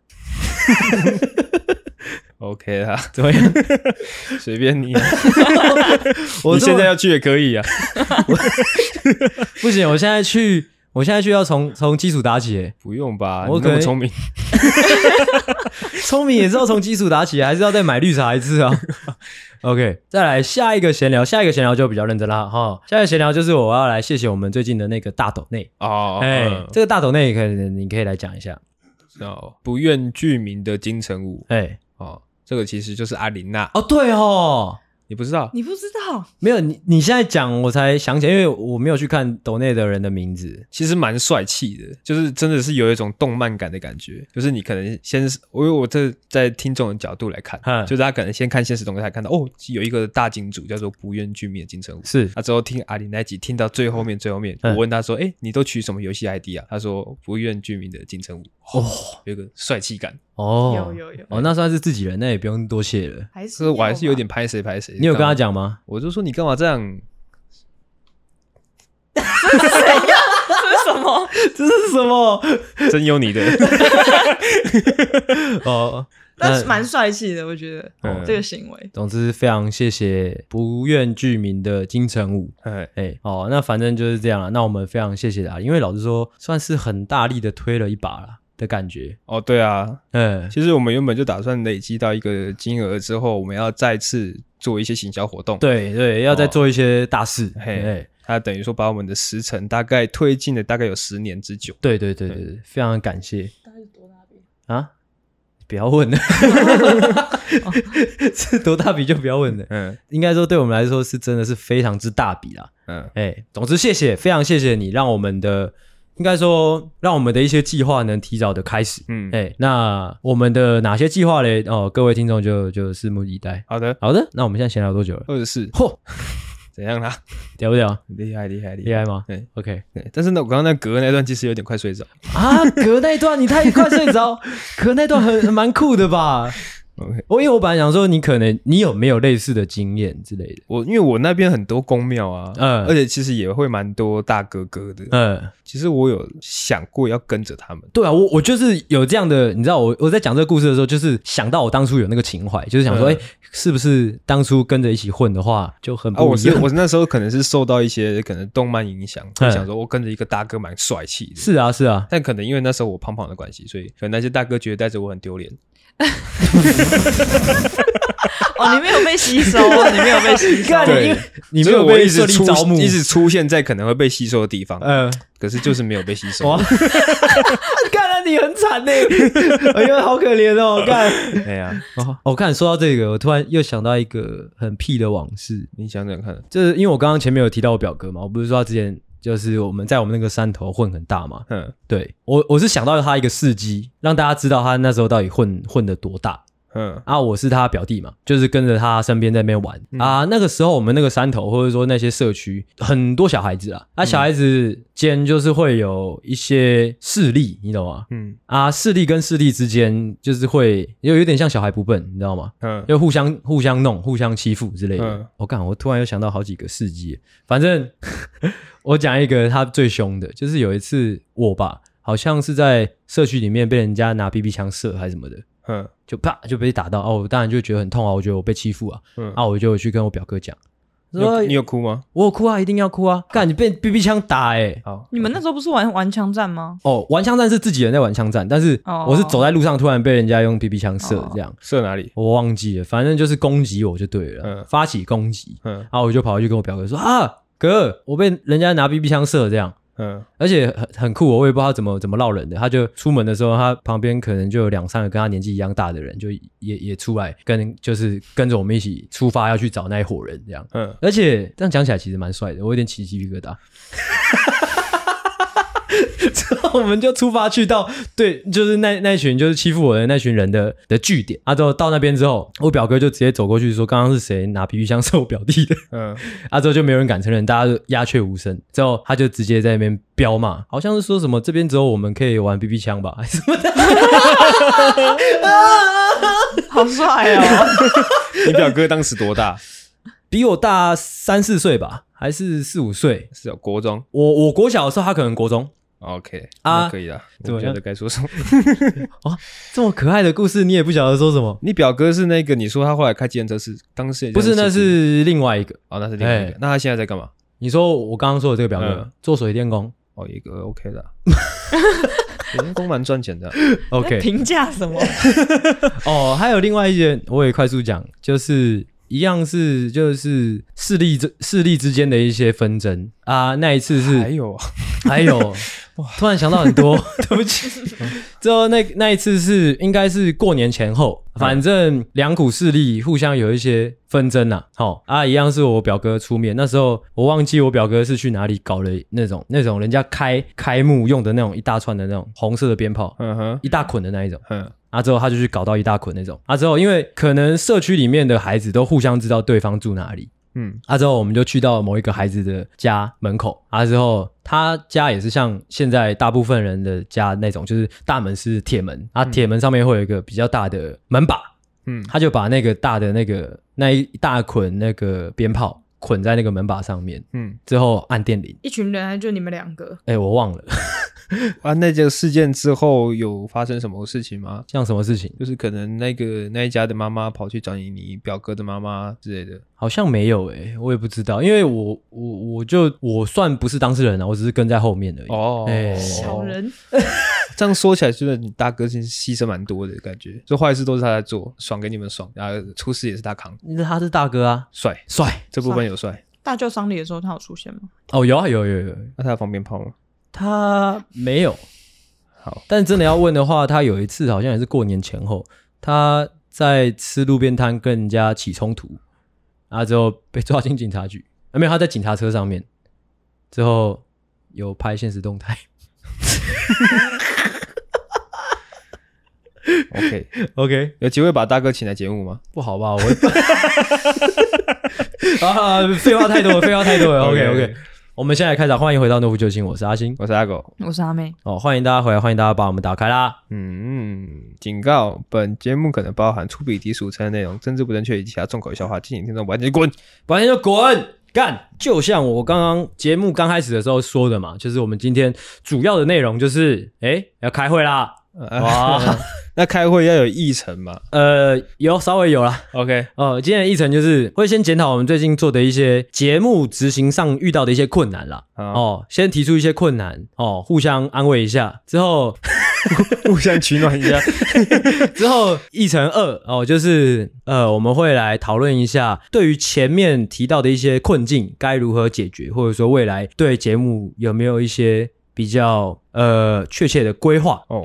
Speaker 1: ，OK 啦，
Speaker 2: 怎么样？
Speaker 1: 随便你啊，
Speaker 2: 我
Speaker 1: 你
Speaker 2: 这
Speaker 1: 现
Speaker 2: 么
Speaker 1: 在要去也可以啊。
Speaker 2: 不行，我现在去，我现在去要从从基础打起耶，
Speaker 1: 不用吧，
Speaker 2: 我
Speaker 1: 你那
Speaker 2: 可
Speaker 1: 么
Speaker 2: 以
Speaker 1: 聪明，
Speaker 2: 聪明也是要从基础打起，还是要再买绿茶一 次啊？OK，再来下一个闲聊，下一个闲聊就比较认真啦哈。下一个闲聊就是我要来谢谢我们最近的那个大斗内，
Speaker 1: 哦，
Speaker 2: 哎、
Speaker 1: 嗯
Speaker 2: 这个大斗内可能你可以来讲一下。
Speaker 1: 哦，不愿具名的金城武
Speaker 2: 哎、
Speaker 1: 哦，这个其实就是阿琳娜，
Speaker 2: 哦对哦，
Speaker 1: 你不知道？
Speaker 3: 你不知道，
Speaker 2: 没有你你现在讲我才想起来，因为我没有去看抖内的人的名字。
Speaker 1: 其实蛮帅气的，就是真的是有一种动漫感的感觉。就是你可能先是，因为我这在听众的角度来看
Speaker 2: 嗯，
Speaker 1: 就是他可能先看现实动态，看到哦，有一个大金主叫做不愿具名的金城武。
Speaker 2: 是
Speaker 1: 他之后听阿里那一集，听到最后面最后面，
Speaker 2: 嗯
Speaker 1: 我问他说：“哎、你都取什么游戏 ID 啊？”他说：“不愿具名的金城武。”
Speaker 2: 哦
Speaker 1: 有一个帅气感。
Speaker 2: 哦，
Speaker 3: 有有有
Speaker 2: 哦，那算是自己人，那也不用多谢了。
Speaker 3: 还
Speaker 1: 可
Speaker 3: 是
Speaker 1: 是我还是有
Speaker 3: 要吧
Speaker 1: 点拍谁拍谁。
Speaker 2: 你有跟他
Speaker 1: 干嘛？
Speaker 2: 讲吗？
Speaker 1: 我就说你干嘛这样？
Speaker 3: 这是什么？
Speaker 2: 这是什么？
Speaker 1: 真有你的。
Speaker 2: 哦，
Speaker 3: 但是蛮帅气的，我觉得、
Speaker 1: 嗯
Speaker 3: 这个行为。
Speaker 2: 总之非常谢谢不愿具名的金城武。
Speaker 1: 哎，
Speaker 2: 哎、哦，那反正就是这样了。那我们非常谢谢他，因为老实说，算是很大力的推了一把啦的感觉。
Speaker 1: 哦，对啊，
Speaker 2: 嗯，
Speaker 1: 其实我们原本就打算累积到一个金额之后，我们要再次做一些行销活动。，
Speaker 2: 对对，要再做一些大事。哎、
Speaker 1: 嘿它等于说把我们的时程大概推进了大概有十年之久。
Speaker 2: 对对对对对，非常感谢
Speaker 3: 大概是多大边？
Speaker 2: 啊！不要问了， 是多大笔就不要问了。
Speaker 1: 嗯
Speaker 2: 应该说，对我们来说是真的是非常之大笔啦。
Speaker 1: 嗯，
Speaker 2: 哎、总之谢谢，非常谢谢你，让我们的应该说让我们的一些计划能提早的开始。
Speaker 1: 嗯
Speaker 2: 哎、那我们的哪些计划嘞？哦，各位听众就就拭目以待。
Speaker 1: 好的，
Speaker 2: 好的，那我们现在闲聊多久了？
Speaker 1: 二十四
Speaker 2: 嚯，
Speaker 1: 怎样啦？
Speaker 2: 屌不 屌？
Speaker 1: 厉害厉害厉
Speaker 2: 厉害吗
Speaker 1: 对
Speaker 2: ？OK
Speaker 1: 对，但是呢，我刚刚那隔那段其实有点快睡着。
Speaker 2: 啊，隔那一段你太快睡着， 隔那段很蛮酷的吧？
Speaker 1: OK，
Speaker 2: 我因为我本来想说你可能你有没有类似的经验之类的？
Speaker 1: 我因为我那边很多公庙啊，
Speaker 2: 嗯
Speaker 1: 而且其实也会蛮多大哥哥的。
Speaker 2: 嗯，
Speaker 1: 其实我有想过要跟着他们。
Speaker 2: 对啊，我我就是有这样的，你知道我我在讲这个故事的时候，就是想到我当初有那个情怀，就是想说，哎、
Speaker 1: 嗯
Speaker 2: 是不是当初跟着一起混的话就很
Speaker 1: 啊，
Speaker 2: 不
Speaker 1: 我
Speaker 2: 一
Speaker 1: 是
Speaker 2: 样？
Speaker 1: 我那时候可能是受到一些可能动漫影响，
Speaker 2: 嗯
Speaker 1: 就想说我跟着一个大哥蛮帅气的，
Speaker 2: 是啊，是啊，
Speaker 1: 但可能因为那时候我胖胖的关系，所以可能那些大哥觉得带着我很丢脸。
Speaker 3: 哦，你没有被吸收，啊 你没有被吸收。
Speaker 2: 干你
Speaker 1: 对
Speaker 2: 你没
Speaker 1: 所以
Speaker 2: 有
Speaker 1: 我
Speaker 2: 被
Speaker 1: 一直
Speaker 2: 设立
Speaker 1: 出
Speaker 2: 招募，
Speaker 1: 一直出现在可能会被吸收的地方，
Speaker 2: 呃，
Speaker 1: 可是就是没有被吸收。
Speaker 2: 哇，看来你很惨 呢，哎呦，好可怜 哦，看，
Speaker 1: 哎呀，
Speaker 2: 哦，我看说到这个，我突然又想到一个很屁的往事，
Speaker 1: 你想想看，
Speaker 2: 就是因为我刚刚前面有提到我表哥嘛，我不是说他之前就是我们在我们那个山头混很大嘛，
Speaker 1: 嗯
Speaker 2: 对我，我是想到他一个事迹，让大家知道他那时候到底混混的多大
Speaker 1: 嗯
Speaker 2: 啊！我是他表弟嘛，就是跟着他身边在那边玩、啊。那个时候我们那个山头或者说那些社区很多小孩子啊，啊小孩子间就是会有一些势力，你懂吗？
Speaker 1: 嗯
Speaker 2: 啊，势力跟势力之间就是会有有点像小孩不笨，你知道吗？
Speaker 1: 嗯，
Speaker 2: 又互相互相弄、互相欺负之类的。我、
Speaker 1: 嗯
Speaker 2: 干，我突然又想到好几个事迹。反正 我讲一个他最凶的，就是有一次我吧，好像是在社区里面被人家拿 BB 枪射还是什么的，
Speaker 1: 嗯
Speaker 2: 就啪就被打到。哦，我当然就觉得很痛啊，我觉得我被欺负啊，
Speaker 1: 嗯
Speaker 2: 啊，我就去跟我表哥讲，
Speaker 1: 你有
Speaker 2: 说
Speaker 1: 你有哭吗？
Speaker 2: 我有哭啊，一定要哭啊，干你被 BB 枪打哎、
Speaker 1: 好，
Speaker 3: 你们那时候不是玩玩枪战吗？
Speaker 2: 哦，玩枪战是自己人在玩枪战，但是
Speaker 3: 哦
Speaker 2: 我是走在路上突然被人家用 BB 枪射，这样、
Speaker 1: 射哪里？
Speaker 2: 我忘记了，反正就是攻击我就对了，
Speaker 1: 嗯
Speaker 2: 发起攻击。
Speaker 1: 嗯
Speaker 2: 然后我就跑回去跟我表哥说啊，哥，我被人家拿 BB 枪射这样，
Speaker 1: 嗯
Speaker 2: 而且很很酷哦，我也不知道他怎么怎么闹人的。他就出门的时候，他旁边可能就有两三个跟他年纪一样大的人，就也也出来跟就是跟着我们一起出发要去找那一伙人这样。
Speaker 1: 嗯，
Speaker 2: 而且这样讲起来其实蛮帅的，我有点起鸡皮疙瘩。 之后我们就出发去到对，就是那那一群就是欺负我的那群人的的据点。啊，之后到那边之后，我表哥就直接走过去说：“刚刚是谁拿 BB 枪射我表弟的？”
Speaker 1: 嗯
Speaker 2: 啊，之后就没有人敢承认，大家就鸦雀无声。之后他就直接在那边飙骂，好像是说什么这边只有我们可以玩 BB 枪吧，还是什么的。
Speaker 3: 好
Speaker 2: 哎
Speaker 3: 帅 哦！
Speaker 1: 你表哥当时多大？
Speaker 2: 比我大三四岁吧，还是四五岁。
Speaker 1: 是有哦国中
Speaker 2: 我我国小的时候，他可能国中。
Speaker 1: ？OK
Speaker 2: 啊
Speaker 1: 那可以啦。
Speaker 2: 怎么
Speaker 1: 我
Speaker 2: 样
Speaker 1: 觉得该说什么？
Speaker 2: 这么可爱的故事，你也不晓得说什么。
Speaker 1: 你表哥是那个你说他后来开计程车是当时也
Speaker 2: 不是，
Speaker 1: 这样
Speaker 2: 那
Speaker 1: 的事情
Speaker 2: 是另外一个。
Speaker 1: 哦，那是另外一
Speaker 2: 哎
Speaker 1: 个。那他现在在干嘛？
Speaker 2: 你说我刚刚说的这个表哥、
Speaker 1: 嗯
Speaker 2: 做水电工
Speaker 1: 哦，一个 OK 的啊，员工蛮赚钱的啊。
Speaker 2: ，OK，
Speaker 3: 评价什么？
Speaker 2: 哦，还有另外一件，我也快速讲，就是一样是就是
Speaker 1: 哎
Speaker 2: 势力之势力之间的一些纷争啊。那一次是
Speaker 1: 还有啊，
Speaker 2: 还有突然想到很多，对不起。之后那那一次是应该是过年前后，反正两股势力互相有一些纷争呐、啊。好、啊，一样是我表哥出面，那时候我忘记我表哥是去哪里搞了那种那种人家开开幕用的那种一大串的那种红色的鞭炮，
Speaker 1: 嗯哼，
Speaker 2: 一大捆的那一种。
Speaker 1: 嗯
Speaker 2: 啊，之后他就去搞到一大捆那种。啊，之后因为可能社区里面的孩子都互相知道对方住哪里，
Speaker 1: 嗯
Speaker 2: 啊，之后我们就去到某一个孩子的家门口。啊，之后他家也是像现在大部分人的家那种，就是大门是铁门，啊，铁门上面会有一个比较大的门把，
Speaker 1: 嗯
Speaker 2: 他就把那个大的那个那一大捆那个鞭炮捆在那个门把上面，
Speaker 1: 嗯
Speaker 2: 之后按电铃。
Speaker 4: 一群人还就你们两个，
Speaker 2: 哎、我忘了，
Speaker 1: 啊，那这个事件之后有发生什么事情吗？
Speaker 2: 像什么事情
Speaker 1: 就是可能那个那一家的妈妈跑去找你你表哥的妈妈之类的。
Speaker 2: 好像没有诶、我也不知道，因为我我我就我算不是当事人啊，我只是跟在后面而已。
Speaker 1: 哦，
Speaker 2: 哎
Speaker 4: 小人
Speaker 3: 哦
Speaker 1: 这样说起来，就是你大哥其实牺牲蛮多的感觉，就坏事都是他在做，爽给你们爽，然后出事也是他扛，
Speaker 2: 那他是大哥啊，
Speaker 1: 帅
Speaker 2: 帅
Speaker 1: 这部分有帅。
Speaker 3: 大舅丧礼的时候，他有出现吗？
Speaker 2: 哦，有啊有有有，
Speaker 1: 那他有放鞭炮吗？
Speaker 2: 他没有。
Speaker 1: 好，
Speaker 2: 但真的要问的话，他有一次好像也是过年前后，他在吃路边摊跟人家起冲突，啊之后被抓进警察局，啊没有他在警察车上面，之后有拍现实动态。
Speaker 1: OK，
Speaker 2: OK，
Speaker 1: 有机会把大哥请来节目吗？
Speaker 2: 不好吧？我 啊，废话太多了，废话太多了。OK
Speaker 1: OK，OK
Speaker 2: OK，我们现在开始啊，欢迎回到诺夫救星，我是阿星。
Speaker 1: 我是阿狗。
Speaker 3: 我是阿妹，
Speaker 2: 哦，欢迎大家回来，欢迎大家把我们打开啦。
Speaker 1: 嗯，警告：本节目可能包含粗鄙低俗、成人内容、政治不正确以及其他重口笑话，敬请听众完全滚。
Speaker 2: 反正就滚干！就像我刚刚节目刚开始的时候说的嘛，就是我们今天主要的内容就是，哎，要开会啦。哇，
Speaker 1: 啊 那开会要有议程嘛
Speaker 2: 呃，有稍微有啦。
Speaker 1: ？OK，
Speaker 2: 哦，今天的议程就是会先检讨我们最近做的一些节目执行上遇到的一些困难啦。
Speaker 1: 好
Speaker 2: 哦，先提出一些困难，哦，互相安慰一下。之后，
Speaker 1: 互相取暖一 下。
Speaker 2: 之后议程二哦，就是呃，我们会来讨论一下对于前面提到的一些困境该如何解决，或者说未来对节目有没有一些比较呃确切的规划。
Speaker 1: 哦，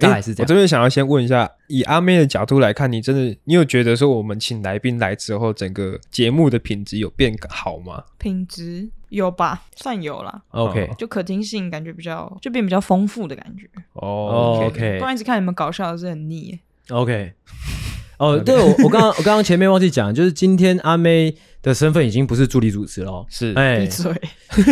Speaker 2: 大概是这
Speaker 1: 诶
Speaker 2: 样
Speaker 1: 我这边想要先问一下，以阿妹的角度来看，你真的，你有觉得说我们请来宾来之后，整个节目的品质有变好吗？
Speaker 3: 品质有吧，算有啦，
Speaker 2: OK，
Speaker 3: 就可听性感觉比较，就变比较丰富的感觉。
Speaker 1: 哦
Speaker 2: 哦
Speaker 1: o
Speaker 2: OK
Speaker 1: k
Speaker 3: 不然一直看你们搞笑的是很腻耶。
Speaker 2: OK，哦，对我我刚刚我刚刚前面忘记讲，就是今天阿妹的身份已经不是助理主持了哦，
Speaker 1: 是
Speaker 2: 哎
Speaker 3: 闭，嘴！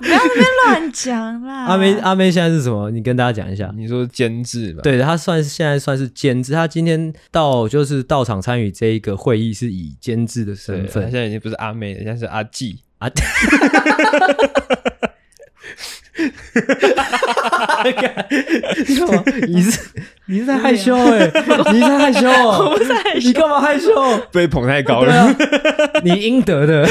Speaker 3: 不要在那边乱讲啦。
Speaker 2: 阿
Speaker 4: 啊
Speaker 2: 妹 阿妹现在是什么？你跟大家讲一下。
Speaker 1: 你说监制吧？，
Speaker 2: 对她算是现在算是监制，她今天到就是到场参与这一个会议是以监制的
Speaker 1: 对，
Speaker 2: 身
Speaker 1: 他现
Speaker 2: 份
Speaker 1: 在已经不是阿妹了，现在是阿纪。
Speaker 2: 啊， 你是你是在害 羞哎、你是在害 羞、哦，
Speaker 3: 不是害羞
Speaker 2: 你干嘛害羞？
Speaker 1: 被捧太高
Speaker 2: 对啊， 你应得的。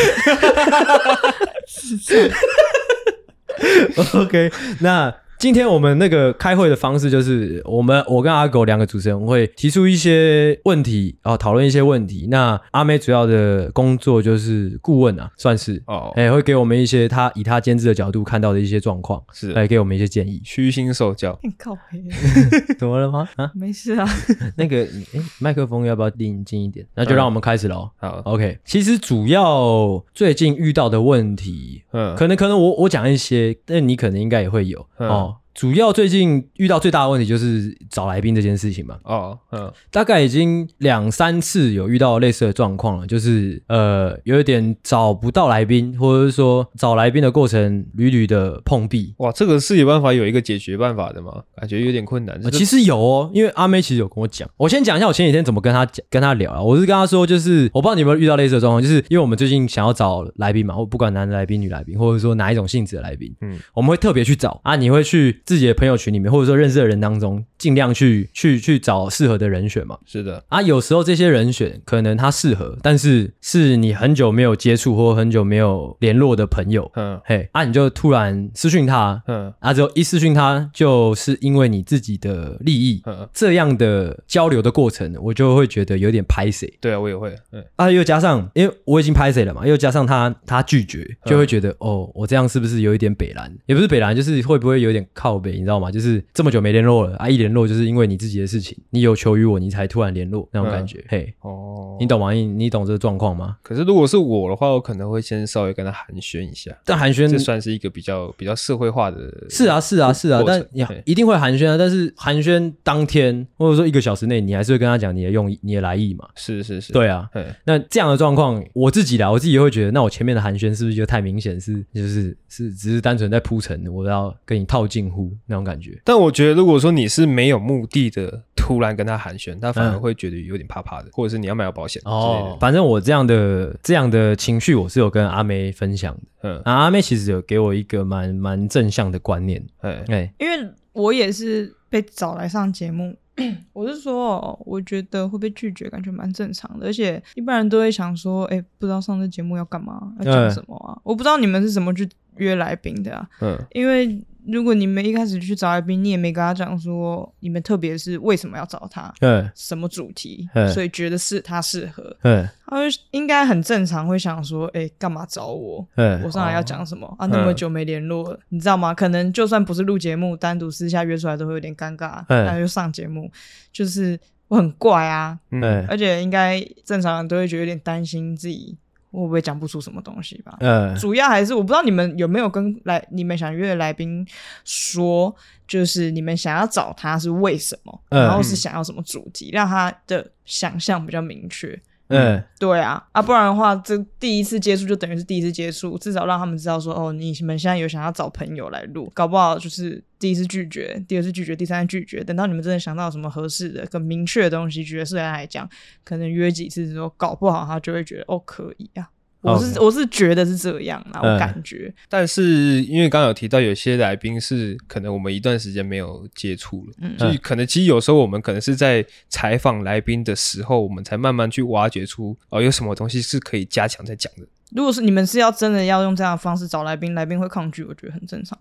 Speaker 2: OK，那今天我们那个开会的方式就是，我们我跟阿狗两个主持人会提出一些问题，啊，讨论一些问题。那阿妹主要的工作就是顾问啊，算是，
Speaker 1: 哦，
Speaker 2: 哎、会给我们一些她以她监制的角度看到的一些状况，
Speaker 1: 是。
Speaker 2: 来给我们一些建议
Speaker 1: 虚心受教。
Speaker 3: 你 靠黑，
Speaker 2: 怎么了吗？啊，
Speaker 3: 没事啊。
Speaker 2: 那个，哎、麦克风要不要离你近一点？那就让我们开始喽。
Speaker 1: 好，
Speaker 2: OK，其实主要最近遇到的问题，
Speaker 1: 嗯，
Speaker 2: 可能可能我我讲一些，但你可能应该也会有、
Speaker 1: 嗯
Speaker 2: 哦。主要最近遇到最大的问题就是找来宾这件事情嘛，
Speaker 1: 哦，嗯，
Speaker 2: 大概已经两三次有遇到类似的状况了，就是呃有一点找不到来宾，或者是说找来宾的过程屡屡的碰壁。
Speaker 1: 哇，这个是有办法有一个解决办法的吗？感觉有点困难。
Speaker 2: 呃
Speaker 1: 这
Speaker 2: 其实有哦，因为阿妹其实有跟我讲，我先讲一下我前几天怎么跟她讲、跟她聊啊。我是跟她说，就是我不知道你有没有遇到类似的状况，就是因为我们最近想要找来宾嘛，或不管男来宾、女来宾，或者说哪一种性质的来宾，
Speaker 1: 嗯
Speaker 2: 嗯，我们会特别去找啊，你会去自己的朋友群里面，或者说认识的人当中，尽量去去去找适合的人选嘛。
Speaker 1: 是的，
Speaker 2: 啊，有时候这些人选可能他适合，但是是你很久没有接触或很久没有联络的朋友，
Speaker 1: 嗯
Speaker 2: 嘿，啊，你就突然私讯他，
Speaker 1: 嗯
Speaker 2: 啊，之后一私讯他，就是因为你自己的利益，
Speaker 1: 嗯，
Speaker 2: 这样的交流的过程，我就会觉得有点拍谁。
Speaker 1: 对啊，我也会，嗯
Speaker 2: 啊，又加上，因为我已经拍谁了嘛，又加上他他拒绝，
Speaker 1: 嗯
Speaker 2: 就会觉得、哦，我这样是不是有一点北蓝？也不是北蓝，就是会不会有点靠北，你知道吗？就是这么久没联络了啊，一联络就是因为你自己的事情，你有求于我，你才突然联络
Speaker 1: 嗯
Speaker 2: 那种感觉，嘿，
Speaker 1: 哦，
Speaker 2: 你。懂吗？你你懂这个状况吗？
Speaker 1: 可是如果是我的话，我可能会先稍微跟他寒暄一下，
Speaker 2: 但寒暄
Speaker 1: 这算是一个比较比较社会化的，
Speaker 2: 是啊，是啊，是啊，
Speaker 1: 过
Speaker 2: 但
Speaker 1: 程
Speaker 2: 你
Speaker 1: 对
Speaker 2: 一定会寒暄啊，但是寒暄当天或者说一个小时内，你还是会跟他讲你的用意、你的来意嘛？
Speaker 1: 是是是，
Speaker 2: 对啊，
Speaker 1: 嗯，
Speaker 2: 那这样的状况，我自己啦，我自己也会觉得，那我前面的寒暄是不是就太明显，是就是是只是单纯在铺陈，我要跟你套近乎那种感觉。
Speaker 1: 但我觉得，如果说你是没有目的的突然跟他寒暄，他反而
Speaker 2: 嗯
Speaker 1: 会觉得有点怕怕的，或者是你要买有保险之类的
Speaker 2: 哦，反正我这样的这样的情绪，我是有跟阿妹分享的。
Speaker 1: 嗯，
Speaker 2: 啊、阿妹其实有给我一个蛮蛮正向的观念，
Speaker 1: 哎，
Speaker 2: 哎、
Speaker 4: 因为我也是被找来上节目， 我是说，哦我觉得会被拒绝，感觉蛮正常的，而且一般人都会想说，哎、不知道上这节目要干嘛，要讲
Speaker 2: 嗯
Speaker 4: 什么啊？我不知道你们是怎么去约来宾的啊，
Speaker 1: 嗯，
Speaker 4: 因为如果你们一开始去找来宾，你也没跟他讲说你们特别是为什么要找他，
Speaker 2: 嗯
Speaker 4: 什么主题
Speaker 2: 嗯，
Speaker 4: 所以觉得是他适合，
Speaker 2: 嗯
Speaker 4: 他会应该很正常会想说，哎、干嘛找我？我
Speaker 2: 嗯，
Speaker 4: 上来要讲什么、啊？那么久没联络了，你知道吗？可能就算不是录节目，单独私下约出来都会有点尴尬，
Speaker 2: 嗯
Speaker 4: 那就上节目，就是我很怪啊，
Speaker 1: 嗯，
Speaker 2: 嗯
Speaker 4: 而且应该正常人都会觉得有点担心自己会不会讲不出什么东西吧。
Speaker 2: 嗯，
Speaker 4: 主要还是我不知道你们有没有跟来你们想约的来宾说，就是你们想要找他是为什么，
Speaker 2: 嗯
Speaker 4: 然后是想要什么主题，让他的想象比较明确。
Speaker 2: 嗯，
Speaker 4: 对啊，啊，不然的话，这第一次接触就等于是第一次接触，至少让他们知道说，哦，你们现在有想要找朋友来录，搞不好就是第一次拒绝，第二次拒绝，第三次拒绝，等到你们真的想到什么合适的、更明确的东西，觉得适合他来讲，可能约几次之后，搞不好他就会觉得，哦，可以啊。我是我是觉得是这样啦，
Speaker 2: 嗯
Speaker 4: 我感觉，
Speaker 1: 但是因为刚刚有提到，有些来宾是可能我们一段时间没有接触了，
Speaker 4: 嗯
Speaker 1: 所以可能其实有时候我们可能是在采访来宾的时候，我们才慢慢去挖掘出哦，有什么东西是可以加强再讲的。
Speaker 4: 如果是你们是要真的要用这样的方式找来宾，来宾会抗拒，我觉得很正常。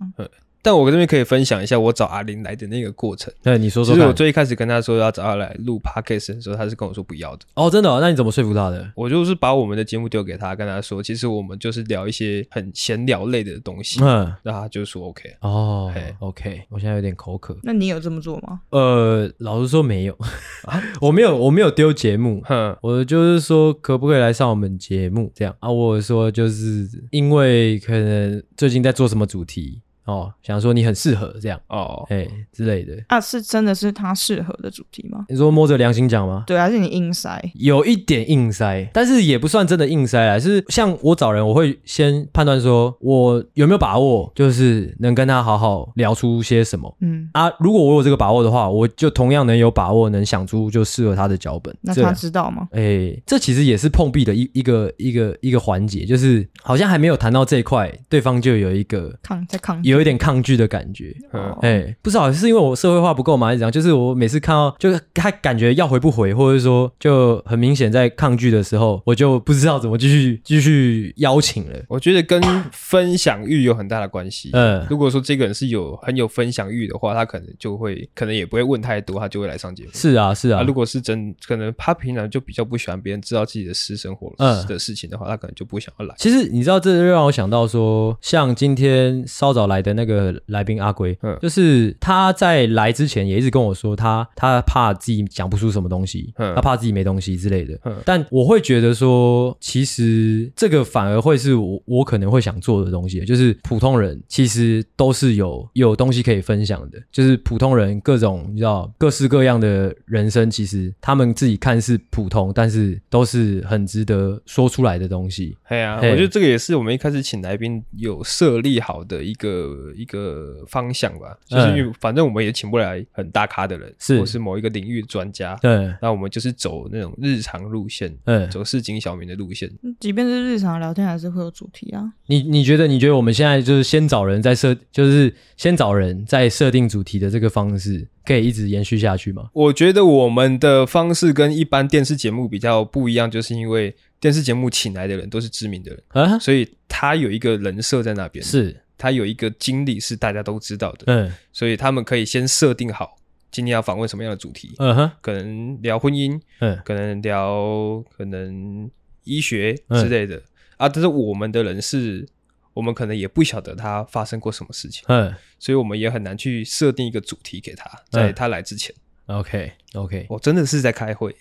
Speaker 1: 但我这边可以分享一下我找阿玲来的那个过程。
Speaker 2: 那哎你说
Speaker 1: 其
Speaker 2: 说
Speaker 1: 实我
Speaker 2: 看。
Speaker 1: 最一开始跟她说要找她来录 podcast 的时候，她是跟我说不要的。
Speaker 2: 哦，真的、哦？那你怎么说服他的？
Speaker 1: 我就是把我们的节目丢给他，跟他说，其实我们就是聊一些很闲聊类的东西，
Speaker 2: 嗯，
Speaker 1: 那他就说 OK。
Speaker 2: 哦
Speaker 1: 嘿
Speaker 2: ，OK，我现在有点口渴。
Speaker 4: 那你有这么做吗？
Speaker 2: 呃，老实说没有，
Speaker 1: 啊
Speaker 2: 我没有，我没有丢节目，
Speaker 1: 哼，
Speaker 2: 我就是说，可不可以来上我们节目？这样啊，我说就是因为可能最近在做什么主题哦，想说你很适合这样，
Speaker 1: 哦，
Speaker 2: 哎、之类的。
Speaker 4: 啊，是真的是他适合的主题吗？
Speaker 2: 你说摸着良心讲吗？
Speaker 4: 对啊，还是你硬塞。
Speaker 2: 有一点硬塞，但是也不算真的硬塞啦。是像我找人，我会先判断说我有没有把握，就是能跟他好好聊出些什么。
Speaker 4: 嗯，
Speaker 2: 啊，如果我有这个把握的话，我就同样能有把握能想出就适合他的脚本。
Speaker 4: 那
Speaker 2: 这样
Speaker 4: 他知道吗？
Speaker 2: 哎、这其实也是碰壁的一一个一个一个环节，就是好像还没有谈到这一块，对方就有一个
Speaker 4: 抗在抗
Speaker 2: 有一点抗拒的感觉。
Speaker 1: 嗯
Speaker 2: 哎、不知道是因为我社会化不够吗，还是怎样？就是我每次看到，就是他感觉要回不回，或者说就很明显在抗拒的时候，我就不知道怎么继续继续邀请了。
Speaker 1: 我觉得跟分享欲有很大的关系。
Speaker 2: 嗯
Speaker 1: 如果说这个人是有很有分享欲的话，他可能就会，可能也不会问太多，他就会来上节目。
Speaker 2: 是啊，是啊，
Speaker 1: 啊，如果是真，可能他平常就比较不喜欢别人知道自己的私生活
Speaker 2: 嗯
Speaker 1: 的事情的话，他可能就不想要来。
Speaker 2: 其实你知道，这就让我想到说，像今天稍早来的那个来宾阿龟，
Speaker 1: 嗯
Speaker 2: 就是他在来之前也一直跟我说他，他怕自己讲不出什么东西，
Speaker 1: 嗯
Speaker 2: 他怕自己没东西之类的。
Speaker 1: 嗯
Speaker 2: 但我会觉得说，其实这个反而会是我我可能会想做的东西，就是普通人其实都是有有东西可以分享的，就是普通人各种你知道各式各样的人生，其实他们自己看似普通，但是都是很值得说出来的东西。
Speaker 1: 哎呀、
Speaker 2: 嘿
Speaker 1: 我觉得这个也是我们一开始请来宾有设立好的一个个一个方向吧，就是因为反正我们也请不来很大咖的人，
Speaker 2: 嗯是
Speaker 1: 或是某一个领域的专家，
Speaker 2: 对，
Speaker 1: 那我们就是走那种日常路线，
Speaker 2: 嗯，
Speaker 1: 走市井小民的路线。
Speaker 4: 即便是日常聊天，还是会有主题啊。
Speaker 2: 你你觉得你觉得我们现在就是先找人再设，就是先找人再设定主题的这个方式，可以一直延续下去吗？
Speaker 1: 我觉得我们的方式跟一般电视节目比较不一样，就是因为电视节目请来的人都是知名的人，
Speaker 2: 啊，
Speaker 1: 所以他有一个人设在那边，
Speaker 2: 是，
Speaker 1: 他有一个经理是大家都知道的，
Speaker 2: 嗯
Speaker 1: 所以他们可以先设定好今天要访问什么样的主题，
Speaker 2: 嗯哼，
Speaker 1: 可能聊婚姻，
Speaker 2: 嗯
Speaker 1: 可能聊可能医学
Speaker 2: 嗯
Speaker 1: 之类的、啊。但是我们的人是，我们可能也不晓得他发生过什么事情，
Speaker 2: 嗯
Speaker 1: 所以我们也很难去设定一个主题给他，在
Speaker 2: 嗯
Speaker 1: 他来之前，
Speaker 2: ，OK OK，
Speaker 1: 我真的是在开会。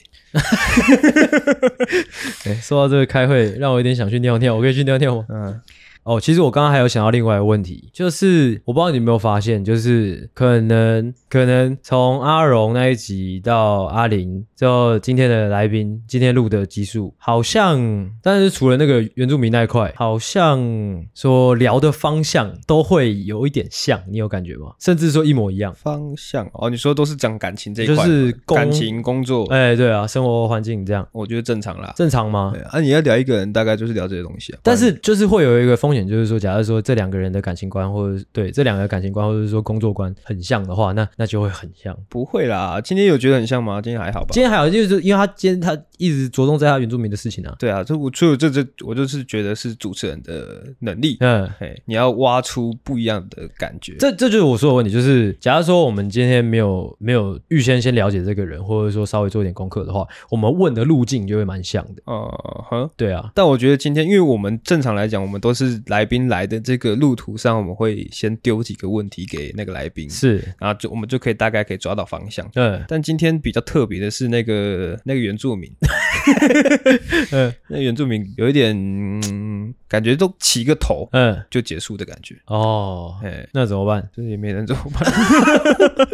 Speaker 2: 说到这个开会，让我有点想去尿尿，我可以去尿尿吗？
Speaker 1: 嗯，
Speaker 2: 哦，其实我刚刚还有想到另外一个问题，就是我不知道你有没有发现，就是可能可能从阿荣那一集到阿林，到今天的来宾，今天录的集数，好像，但是除了那个原住民那一块，好像说聊的方向都会有一点像，你有感觉吗？甚至说一模一样。
Speaker 1: 方向哦，你说都是讲感情这一
Speaker 2: 就
Speaker 1: 块吗，
Speaker 2: 是工
Speaker 1: 感情工作，
Speaker 2: 哎、对啊，生活环境这样
Speaker 1: 我觉得正常啦。
Speaker 2: 正常吗
Speaker 1: 对？啊，你要聊一个人，大概就是聊这些东西啊。
Speaker 2: 但是就是会有一个风险，就是说，假如说这两个人的感情观，或者是对这两个感情观，或者是说工作观很像的话，那那就会很像。
Speaker 1: 不会啦，今天有觉得很像吗？今天还好吧
Speaker 2: 今。天还有就是因为他今天他一直着重在他原住民的事情啊，
Speaker 1: 对啊，这我所以我这这我就是觉得是主持人的能力，
Speaker 2: 嗯，
Speaker 1: 嘿，你要挖出不一样的感觉。
Speaker 2: 这这就是我说的问题，就是假如说我们今天没有没有预先先了解这个人，或者说稍微做一点功课的话，我们问的路径就会蛮像的。
Speaker 1: 呃哼，
Speaker 2: 对啊，
Speaker 1: 但我觉得今天，因为我们正常来讲，我们都是来宾来的这个路途上，我们会先丢几个问题给那个来
Speaker 2: 嗯
Speaker 1: 宾，
Speaker 2: 是，
Speaker 1: 然后就我们就可以大概可以抓到方向。
Speaker 2: 嗯
Speaker 1: 但今天比较特别的是那个那个原住民，
Speaker 2: 嗯
Speaker 1: 那原住民有一点、嗯、感觉都起个头
Speaker 2: 嗯，
Speaker 1: 就结束的感觉，
Speaker 2: 哦，
Speaker 1: 哎，
Speaker 2: 那怎么办？
Speaker 1: 就是也没人怎么办。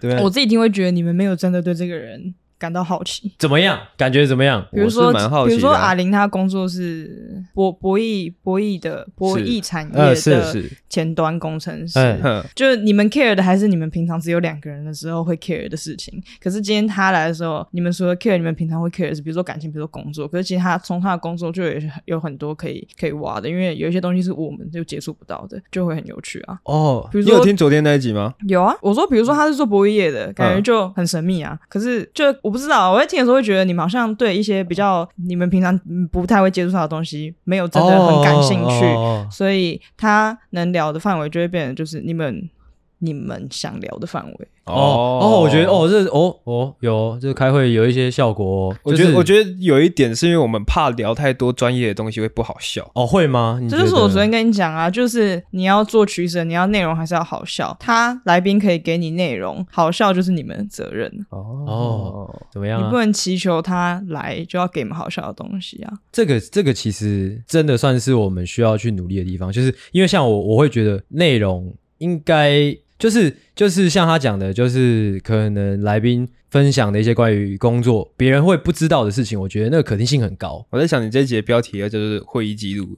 Speaker 1: 对啊，
Speaker 2: 呃
Speaker 4: 我自己一定会觉得你们没有真的对这个人感到好奇。
Speaker 2: 怎么样？感觉怎么样？
Speaker 4: 比如
Speaker 1: 我
Speaker 4: 说
Speaker 1: 是蛮好，奇的啊
Speaker 4: 比如说阿玲，她工作是博博弈博弈的博弈产
Speaker 2: 呃
Speaker 4: 业
Speaker 2: 是
Speaker 4: 的
Speaker 1: 是，哎
Speaker 4: 前端工程师，
Speaker 2: 嗯
Speaker 1: 哼，
Speaker 4: 就是你们 care 的还是你们平常只有两个人的时候会 care 的事情。可是今天他来的时候，你们除了 care 你们平常会 care 的是，比如说感情，比如说工作。可是其实他从他的工作就有有很多可以可以挖的，因为有一些东西是我们就接触不到的，就会很有趣啊。
Speaker 2: 哦，
Speaker 4: 比如
Speaker 1: 你
Speaker 4: 说
Speaker 1: 有听昨天那一集吗？
Speaker 4: 有啊，我说，比
Speaker 2: 嗯
Speaker 4: 如说他是做博弈业的，感觉就很神秘啊。可是就我不知道，我在听的时候会觉得你们好像对一些比较你们平常嗯不太会接触到的东西，没有真的很感兴趣，
Speaker 2: 哦哦哦
Speaker 4: 所以他能聊的范围就会变成就是你们你们想聊的范围。
Speaker 2: 哦哦，我觉得哦，这哦哦有，这开会有一些效果、哦。
Speaker 1: 我觉
Speaker 2: 就
Speaker 1: 得，
Speaker 2: 是
Speaker 1: 我觉得有一点是因为我们怕聊太多专业的东西会不好笑。
Speaker 2: 哦会吗？你
Speaker 4: 这
Speaker 2: 觉
Speaker 4: 就是
Speaker 2: 得
Speaker 4: 我昨天跟你讲啊，就是你要做取舍，你要内容还是要好笑。他来宾可以给你内容，好笑就是你们的责任，
Speaker 2: 哦，怎么样、
Speaker 4: 你
Speaker 2: 啊？
Speaker 4: 不能祈求他来就要给你们好笑的东西啊。
Speaker 2: 这个这个其实真的算是我们需要去努力的地方，就是因为像我，我会觉得内容应该就是就是像他讲的，就是可能来宾分享的一些关于工作别人会不知道的事情，我觉得那个可听性很高。
Speaker 1: 我在想，你这一节标题啊就是会议记录，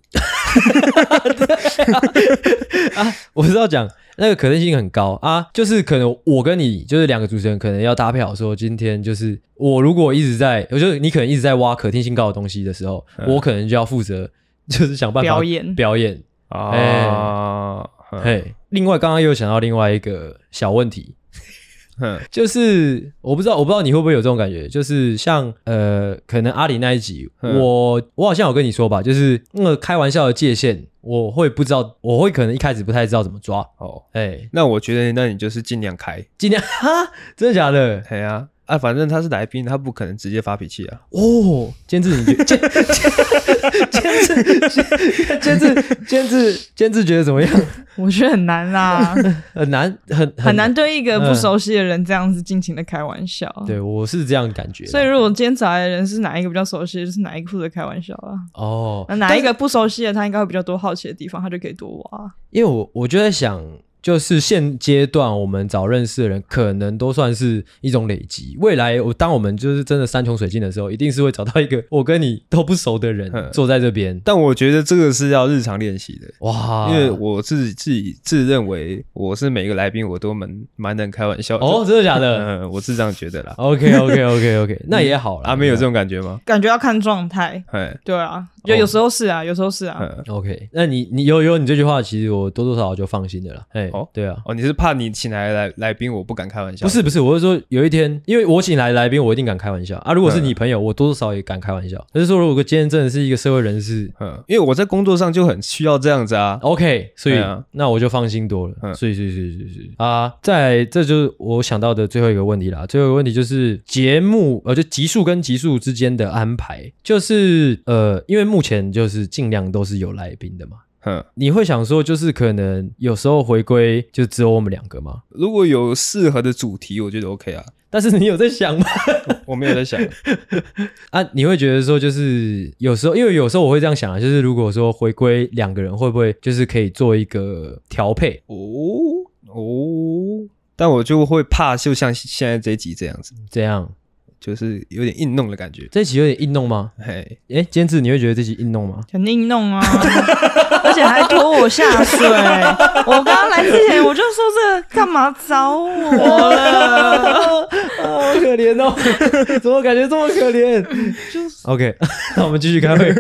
Speaker 2: 我知道讲那个可能性很高啊，就是可能我跟你就是两个主持人，可能要搭配好说，今天就是我如果一直在，我就是你可能一直在挖可听性高的东西的时候，我可能就要负责 就是想办法
Speaker 4: 嗯表演嗯
Speaker 2: 表演。哎
Speaker 1: 啊，嘿，
Speaker 2: 嘿，另外刚刚又想到另外一个小问题，
Speaker 1: 哼
Speaker 2: 就是我不知道，我不知道你会不会有这种感觉，就是像呃，可能阿里那一集，
Speaker 1: 嗯
Speaker 2: 我我好像有跟你说吧，就是那个开玩笑的界限，我会不知道，我会可能一开始不太知道怎么抓，
Speaker 1: 哦，
Speaker 2: 哎、
Speaker 1: 那我觉得，那你就是尽量开，
Speaker 2: 今天 哈，真的假的？
Speaker 1: 嘿啊，啊，反正他是来宾，他不可能直接发脾气啊。
Speaker 2: 哦，监制你觉监监制监监制监制监制觉得怎么样？
Speaker 4: 我觉得很难啦，
Speaker 2: 很难，很
Speaker 4: 很难。对一个不熟悉的人这样子尽情的开玩笑。
Speaker 2: 对，我是这样感觉的。
Speaker 4: 所以如果今天找来的人是哪一个比较熟悉，就是哪一个负责开玩笑啊。
Speaker 2: 哦
Speaker 4: 那，哪一个不熟悉的，他应该会比较多好奇的地方，他就可以多挖。
Speaker 2: 因为我我就在想，就是现阶段我们找认识的人，可能都算是一种累积。未来我当我们就是真的山穷水尽的时候，一定是会找到一个 我跟你都不熟的人
Speaker 1: 嗯
Speaker 2: 坐在这边。
Speaker 1: 但我觉得这个是要日常练习的，
Speaker 2: 哇，
Speaker 1: 因为我自己自己自认为我是每个来宾我都蛮蛮能开玩笑的
Speaker 2: 哦，真的假 的
Speaker 1: 嗯，我是这样觉得啦。
Speaker 2: ？OK OK OK OK，那也好啦。
Speaker 1: 阿啊妹有这种感觉吗？
Speaker 4: 感觉要看状态。
Speaker 1: 哎，
Speaker 4: 对啊，就
Speaker 2: 哦
Speaker 4: 有时候是啊，有时候是啊。
Speaker 1: 嗯，
Speaker 2: OK，那你你有有你这句话，其实我多多少少就放心的了。哎，
Speaker 1: 哦
Speaker 2: 对啊，
Speaker 1: 哦，你是怕你请来来来宾，我不敢开玩笑，
Speaker 2: 不是不是，我是说有一天，因为我请来的来宾，我一定敢开玩笑啊。如果是你朋友，我多多少少也敢开玩笑。可是说，如果今天真的是一个社会人士
Speaker 1: 嗯，因为我在工作上就很需要这样子啊。
Speaker 2: ，OK，所以、
Speaker 1: 对啊
Speaker 2: 那我就放心多了。
Speaker 1: 嗯
Speaker 2: 所以，所以，所以，所以，所以啊，再这就是我想到的最后一个问题啦。最后一个问题就是节目，呃，就集数跟集数之间的安排，就是呃，因为目前就是尽量都是有来宾的嘛。
Speaker 1: 嗯，
Speaker 2: 你会想说，就是可能有时候回归就只有我们两个吗？
Speaker 1: 如果有适合的主题，我觉得 OK 啊。
Speaker 2: 但是你有在想吗？
Speaker 1: 我没有在想，
Speaker 2: 啊，你会觉得说，就是有时候，因为有时候我会这样想啊，就是如果说回归两个人，会不会就是可以做一个调配？
Speaker 1: 哦哦，但我就会怕，就像现在这一集这样子，
Speaker 2: 这样
Speaker 1: 就是有点硬弄的感觉。
Speaker 2: 这一集有点硬弄吗？
Speaker 1: 嘿，
Speaker 2: 哎，监制，你会觉得这集硬弄吗？
Speaker 4: 肯定弄啊，而且还拖我下水。我刚刚来之前我就说这干嘛找我了？
Speaker 2: 啊，好可怜哦， 怎么感觉这么可怜？就是 OK，那我 们继续 开会。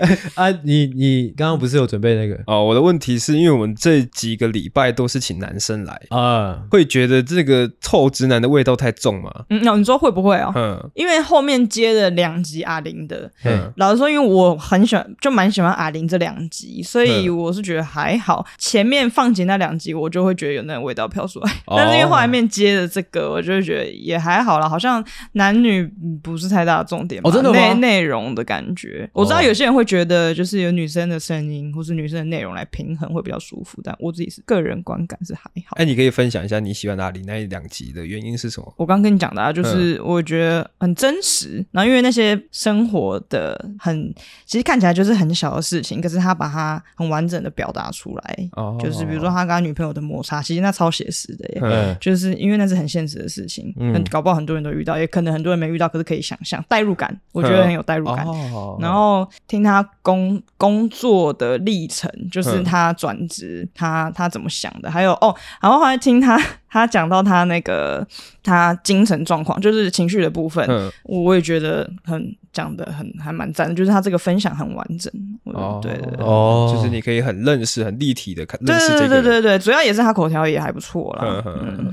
Speaker 2: 哎啊，你你刚刚不是有准备那个
Speaker 1: 哦，我的问题是因为我们这几个礼拜都是请男生来，
Speaker 2: 啊？
Speaker 1: 会觉得这个臭直男的味道太重吗？
Speaker 4: 嗯，那你说会不会哦？
Speaker 1: 嗯
Speaker 4: 因为后面接了两集阿玲的，
Speaker 1: 嗯
Speaker 4: 老实说，因为我很喜欢，就蛮喜欢阿玲这两集，所以
Speaker 1: 嗯
Speaker 4: 我是觉得还好。前面放姐那两集，我就会觉得有那种味道飘出来，
Speaker 1: 哦
Speaker 4: 但是因为后来面接的这个，我就会觉得也还好啦，好像男女嗯不是太大的重点吧，
Speaker 2: 哦真的吗
Speaker 4: 内内容的感觉，我知道有些人会觉得就是有女生的声音或是女生的内容来平衡会比较舒服，但我自己是个人观感是还好。
Speaker 1: 哎、你可以分享一下你喜欢哪里那一两集的原因是什么？
Speaker 4: 我刚跟你讲的啊，
Speaker 1: 嗯
Speaker 4: 就是我觉得很真实。然后因为那些生活的很，其实看起来就是很小的事情，可是他把它很完整的表达出来。
Speaker 1: 哦
Speaker 4: 就是比如说，他跟他女朋友的摩擦，其实那超写实的耶。
Speaker 1: 嗯，
Speaker 4: 就是因为那是很现实的事情，
Speaker 2: 嗯
Speaker 4: 嗯，搞不好很多人都遇到，也可能很多人没遇到，可是可以想象代入感，我觉得很有代入感。
Speaker 1: 嗯哦
Speaker 4: 然后听他工工作的历程，
Speaker 1: 嗯
Speaker 4: 就是他转职，他他怎么想的，还有哦，然后后来听他 他讲到他那个他精神状况，就是情绪的部分，
Speaker 1: 嗯，
Speaker 4: 我也觉得很讲的很还蛮赞的，就是他这个分享很完整，我
Speaker 1: 哦
Speaker 4: 嗯对对对。
Speaker 2: 哦
Speaker 1: 就是你可以很认识、很立体的看认
Speaker 4: 对
Speaker 1: 识
Speaker 4: 对
Speaker 1: 这个
Speaker 4: 对对
Speaker 1: 人。
Speaker 4: 对对，主要也是他口条也还不错啦
Speaker 1: 嗯。嗯
Speaker 4: 嗯，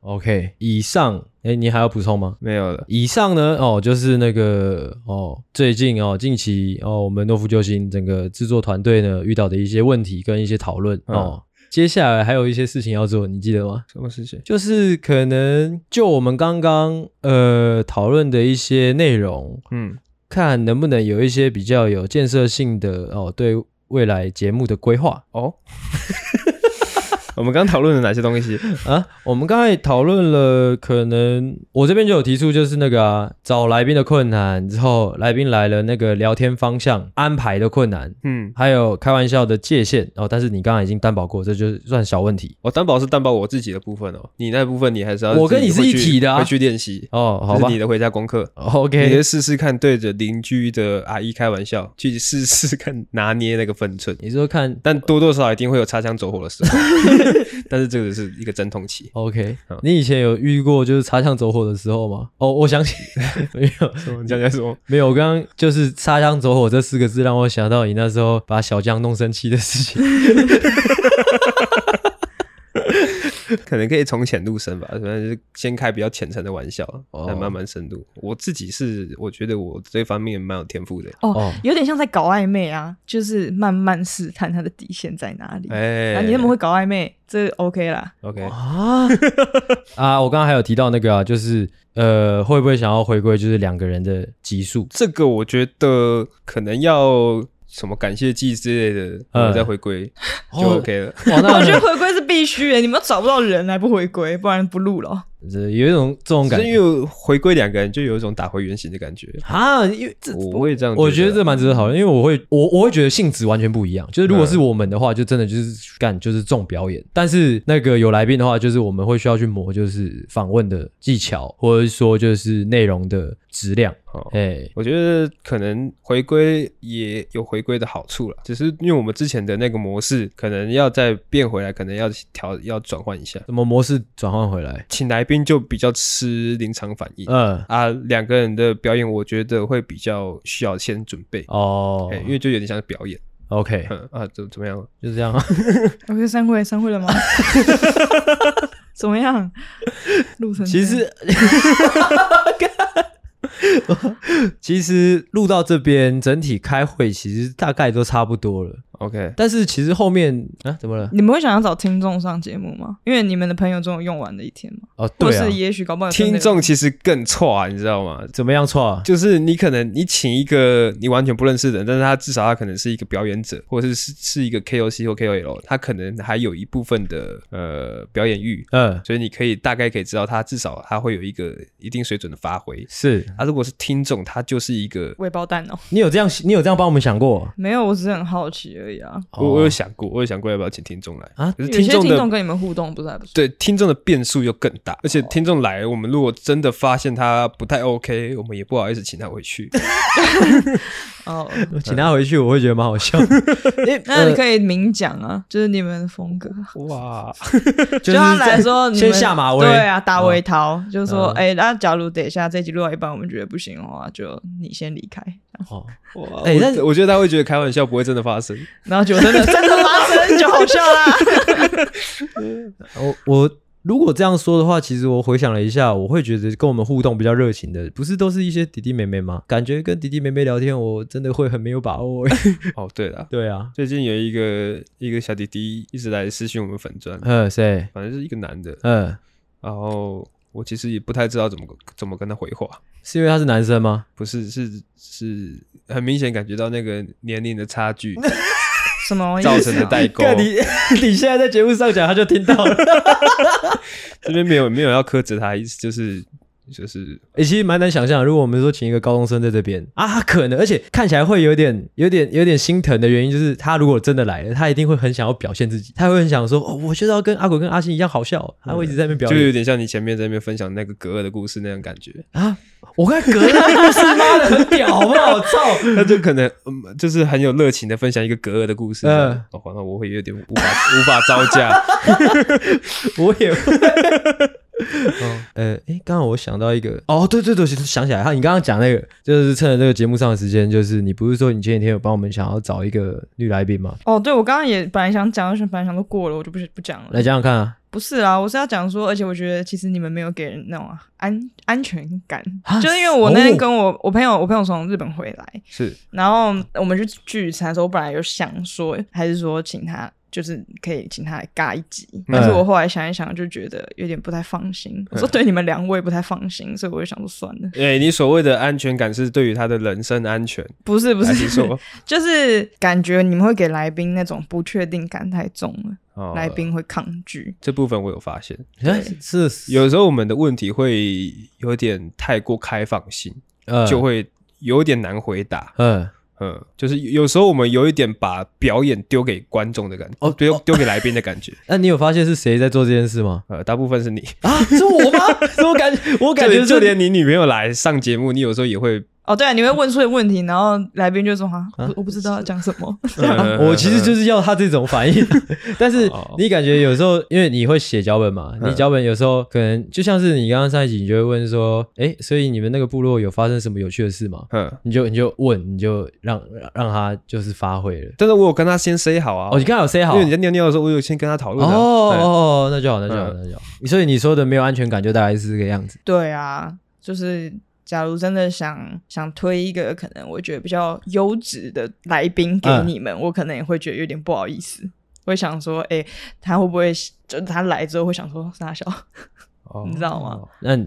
Speaker 2: OK，以上，哎，你还要补充吗？
Speaker 1: 没有了。
Speaker 2: 以上呢，哦，就是那个哦，最近哦，近期哦，我们诺夫救星整个制作团队呢遇到的一些问题跟一些讨论、
Speaker 1: 嗯
Speaker 2: 哦。接下来还有一些事情要做，你记得吗？
Speaker 1: 什么事情？
Speaker 2: 就是可能就我们刚刚呃讨论的一些内容，
Speaker 1: 嗯
Speaker 2: 看能不能有一些比较有建设性的哦，对未来节目的规划
Speaker 1: 哦，我们刚讨论了哪些东西？
Speaker 2: 啊。我们刚才讨论了，可能我这边就有提出，就是那个啊，找来宾的困难，之后来宾来了那个聊天方向安排的困难，
Speaker 1: 嗯，
Speaker 2: 还有开玩笑的界限哦。但是你刚刚已经担保过，这就算小问题
Speaker 1: 哦我担保是担保我自己的部分哦，你那部分你还是要
Speaker 2: 我跟你
Speaker 1: 自己
Speaker 2: 是一
Speaker 1: 回去
Speaker 2: 体的啊
Speaker 1: 回去练习。
Speaker 2: 哦。好
Speaker 1: 这
Speaker 2: 吧
Speaker 1: 是你的回家功课。你
Speaker 2: ，OK
Speaker 1: 就。试试看，对着邻居的阿姨开玩笑，去试试看拿捏那个分寸。
Speaker 2: 你说看
Speaker 1: 但多多少少一定会有擦枪走火的时 候，但是这个是一个阵痛期。
Speaker 2: OK，
Speaker 1: 好
Speaker 2: 你以前有遇过就是擦枪走火的时候吗？哦，我想起没有
Speaker 1: 你讲讲什么？
Speaker 2: 没有，我刚刚就是“擦枪走火”这四个字让我想到你那时候把小江弄生气的事情。
Speaker 1: 可能可以从浅入深吧，反正就是先开比较浅层的玩笑，
Speaker 2: 哦
Speaker 1: 再慢慢深入。我自己是我觉得我这方面蛮有天赋的。
Speaker 2: 哦
Speaker 4: 哦，有点像在搞暧昧啊，就是慢慢试探他的底线在哪里。
Speaker 1: 哎、
Speaker 4: 啊，你那么会搞暧昧，这 OK 啦。
Speaker 1: OK？
Speaker 2: 啊 啊！我刚刚还有提到那个啊，就是呃，会不会想要回归就是两个人的集数？
Speaker 1: 这个我觉得可能要什么感谢祭之类的，
Speaker 2: 嗯
Speaker 1: 我再回归、就
Speaker 2: 哦
Speaker 1: OK 了。
Speaker 2: 哇，那
Speaker 4: 我觉得回归是必须的，你们找不到人还不回归，不然不录了。
Speaker 2: 这有一种这种感
Speaker 1: 是因
Speaker 2: 觉
Speaker 1: 为回归两个人就有一种打回原形的感觉，
Speaker 2: 啊，因为这
Speaker 1: 我会这样，
Speaker 2: 我觉得这蛮值得讨论，因为我会我我会觉得性质完全不一样。就是如果是我们的话，就真的就是干就是重表演；但是那个有来宾的话，就是我们会需要去磨，就是访问的技巧，或者说就是内容的质量。
Speaker 1: 好
Speaker 2: 哎、
Speaker 1: 我觉得可能回归也有回归的好处了，只是因为我们之前的那个模式，可能要再变回来，可能要调要转换一下。
Speaker 2: 什么模式转换回来？
Speaker 1: 请来宾就比较吃临场反应、
Speaker 2: 嗯，
Speaker 1: 啊，两个人的表演，我觉得会比较需要先准备，
Speaker 2: 哦、
Speaker 1: 哎因为就有点像是表演，
Speaker 2: OK，
Speaker 1: 嗯啊，怎怎么样？
Speaker 2: 就这样。
Speaker 3: 我可以散会，散会 了吗？
Speaker 4: 怎么样？
Speaker 3: 路程
Speaker 2: 其实，其实 录到这边，整体开会其实大概都差不多了。
Speaker 1: OK，
Speaker 2: 但是其实后面啊，怎么了？
Speaker 4: 你们会想要找听众上节目吗？因为你们的朋友总有用完的一天嘛，
Speaker 2: 哦，
Speaker 4: 或
Speaker 2: 对啊
Speaker 4: 是，也许搞不好有真的
Speaker 1: 听
Speaker 4: 有
Speaker 1: 众其实更错啊，你知道吗？
Speaker 2: 怎么样错啊？
Speaker 1: 就是你可能你请一个你完全不认识的人，但是他至少他可能是一个表演者，或者是是是一个 KOC 或 KOL，他可能还有一部分的呃表演欲，
Speaker 2: 嗯，
Speaker 1: 所以你可以大概可以知道他至少他会有一个一定水准的发挥。
Speaker 2: 是
Speaker 1: 他、如果是听众，他就是一个
Speaker 4: 未爆弹哦。
Speaker 2: 你有这样，你有这样帮我们想过？
Speaker 4: 没有，我只是很好奇而已啊。
Speaker 1: 我我有想过，我有想过要不要请听众来
Speaker 2: 啊
Speaker 1: 可是
Speaker 4: 有
Speaker 1: 听
Speaker 4: 些
Speaker 1: 众
Speaker 4: 听
Speaker 1: 的
Speaker 4: 众哦跟你们互动不是还不错。
Speaker 1: 对听众的变数又更大，而且听众来，我们如果真的发现他不太 OK，我们也不好意思请他回去。
Speaker 4: 哦，
Speaker 2: 我请他回去，我会觉得蛮好 笑。呃
Speaker 4: 那
Speaker 1: 呃
Speaker 4: 你可以明讲啊，就是你们的风格。
Speaker 1: 哇，
Speaker 2: 就
Speaker 4: 就是他来说，你们
Speaker 2: 先下马威，
Speaker 4: 对啊，打围桃，就是说，
Speaker 2: 嗯
Speaker 4: 哎，那假如等一下这集录到一半，我们觉得不行的话，就你先离开，
Speaker 2: 哦。哎
Speaker 1: 哎、
Speaker 2: 但是
Speaker 1: 我觉得他会觉得开玩笑不会真的发生。
Speaker 4: 然后就真的真的发生，就好笑啦。
Speaker 2: 我哦我如果这样说的话，其实我回想了一下，我会觉得跟我们互动比较热情的，不是都是一些弟弟妹妹吗？感觉跟弟弟妹妹聊天，我真的会很没有把握。欸
Speaker 1: 哦，对了，
Speaker 2: 对啊，
Speaker 1: 最近有一个一个小弟弟一直来私讯我们粉砖，
Speaker 2: 嗯，谁？
Speaker 1: 反正是一个男的，
Speaker 2: 嗯，
Speaker 1: 然后我其实也不太知道怎么怎么跟他回话，
Speaker 2: 是因为他是男生吗？
Speaker 1: 不是是是很明显感觉到那个年龄的差距
Speaker 4: 什么意思啊
Speaker 1: 造成的代沟。
Speaker 2: 看你， 你现在在节目上讲，他就听到了。
Speaker 1: 这边没有没有要苛责他，意思就是就是
Speaker 2: 欸，其实蛮难想象，如果我们说请一个高中生在这边啊，他可能而且看起来会有点、有点、有点心疼的原因，就是他如果真的来了，他一定会很想要表现自己，他会很想说，哦，我就是要跟阿狗跟阿星一样好笑，哦他会一直在那边表
Speaker 1: 就有
Speaker 2: 演。
Speaker 1: 点像你前面在那边分享那个格尔的故事那样感觉，
Speaker 2: 啊，我看 隔壁故事妈的很屌，好不 好？操！
Speaker 1: 他就可能嗯就是很有热情的分享一个格尔的故事，
Speaker 2: 嗯
Speaker 1: 嗯，哦，那我会有点无法无法招架。
Speaker 2: 我也会。 哦，呃，诶，刚刚我想到一个，哦，对对对，想起来哈，你刚刚讲那个，就是趁着这个节目上的时间，就是你不是说你前几天有帮我们想要找一个女来宾吗？
Speaker 4: 哦，对，我刚刚也本来想讲，但是本来想都过了，我就不是不讲了
Speaker 2: 来。讲讲看啊，
Speaker 4: 不是啦，我是要讲说，而且我觉得其实你们没有给人那种啊安安全感
Speaker 2: 啊，
Speaker 4: 就是因为我那天
Speaker 2: 哦
Speaker 4: 跟我、我朋友，我朋友从日本回来，
Speaker 1: 是，
Speaker 4: 然后我们去聚餐的时候，我本来有想说，还是说请他，就是可以请他来尬一集。
Speaker 1: 嗯
Speaker 4: 但是我后来想一想，就觉得有点不太放心。我说对你们两位不太放心，所以我就想说算了。
Speaker 1: 哎、你所谓的安全感是对于他的人身安全，
Speaker 4: 不是不
Speaker 1: 还
Speaker 4: 是，
Speaker 1: 是说
Speaker 4: 就是感觉你们会给来宾那种不确定感太重了，
Speaker 1: 哦
Speaker 4: 来宾会抗拒。
Speaker 1: 这部分我有发现，
Speaker 2: 哎是
Speaker 1: 有时候我们的问题会有点太过开放性，
Speaker 2: 呃
Speaker 1: 就会有点难回答。
Speaker 2: 嗯，
Speaker 1: 嗯，就是有时候我们有一点把表演丢给观众的感觉，哦，丢丢给来宾的感觉。
Speaker 2: 那你有发现是谁在做这件事吗？
Speaker 1: 呃，大部分是你，
Speaker 2: 啊，是我吗？ 我感觉我感觉
Speaker 1: 就就连你女朋友来上节目，你有时候也 会，
Speaker 4: 哦，对啊，你会问出问题，然后来宾就说哈，我我不知道要讲什 么。
Speaker 1: 呃
Speaker 2: 嗯我其实就是要他这种反应， 但是
Speaker 1: 哦
Speaker 2: 你感觉有时候，因为你会写脚本嘛，
Speaker 1: 嗯
Speaker 2: 你脚本有时候可能就像是你刚刚上一集，你就会问说，哎，所以你们那个部落有发生什么有趣的事吗？
Speaker 1: 嗯，
Speaker 2: 你就你就问，你就让让他就是发挥了。
Speaker 1: 但是我有跟他先 say 好啊，
Speaker 2: 哦，你刚好有 say 好
Speaker 1: 嗯因为你在尿尿的时候，我有先跟他讨
Speaker 2: 哦
Speaker 1: 论啊。
Speaker 2: 哦
Speaker 1: 嗯，
Speaker 2: 哦，那就好，那就好，
Speaker 1: 嗯
Speaker 2: 那就好。所以你说的没有安全感，就大概是这个样子。
Speaker 4: 对啊，就是假如真的想想推一个可能我觉得比较优质的来宾给
Speaker 2: 嗯
Speaker 4: 你们，我可能也会觉得有点不好意思。会想说，哎、他会不会就是他来之后会想说傻笑，
Speaker 1: 哦
Speaker 4: 你知道吗？
Speaker 2: 那你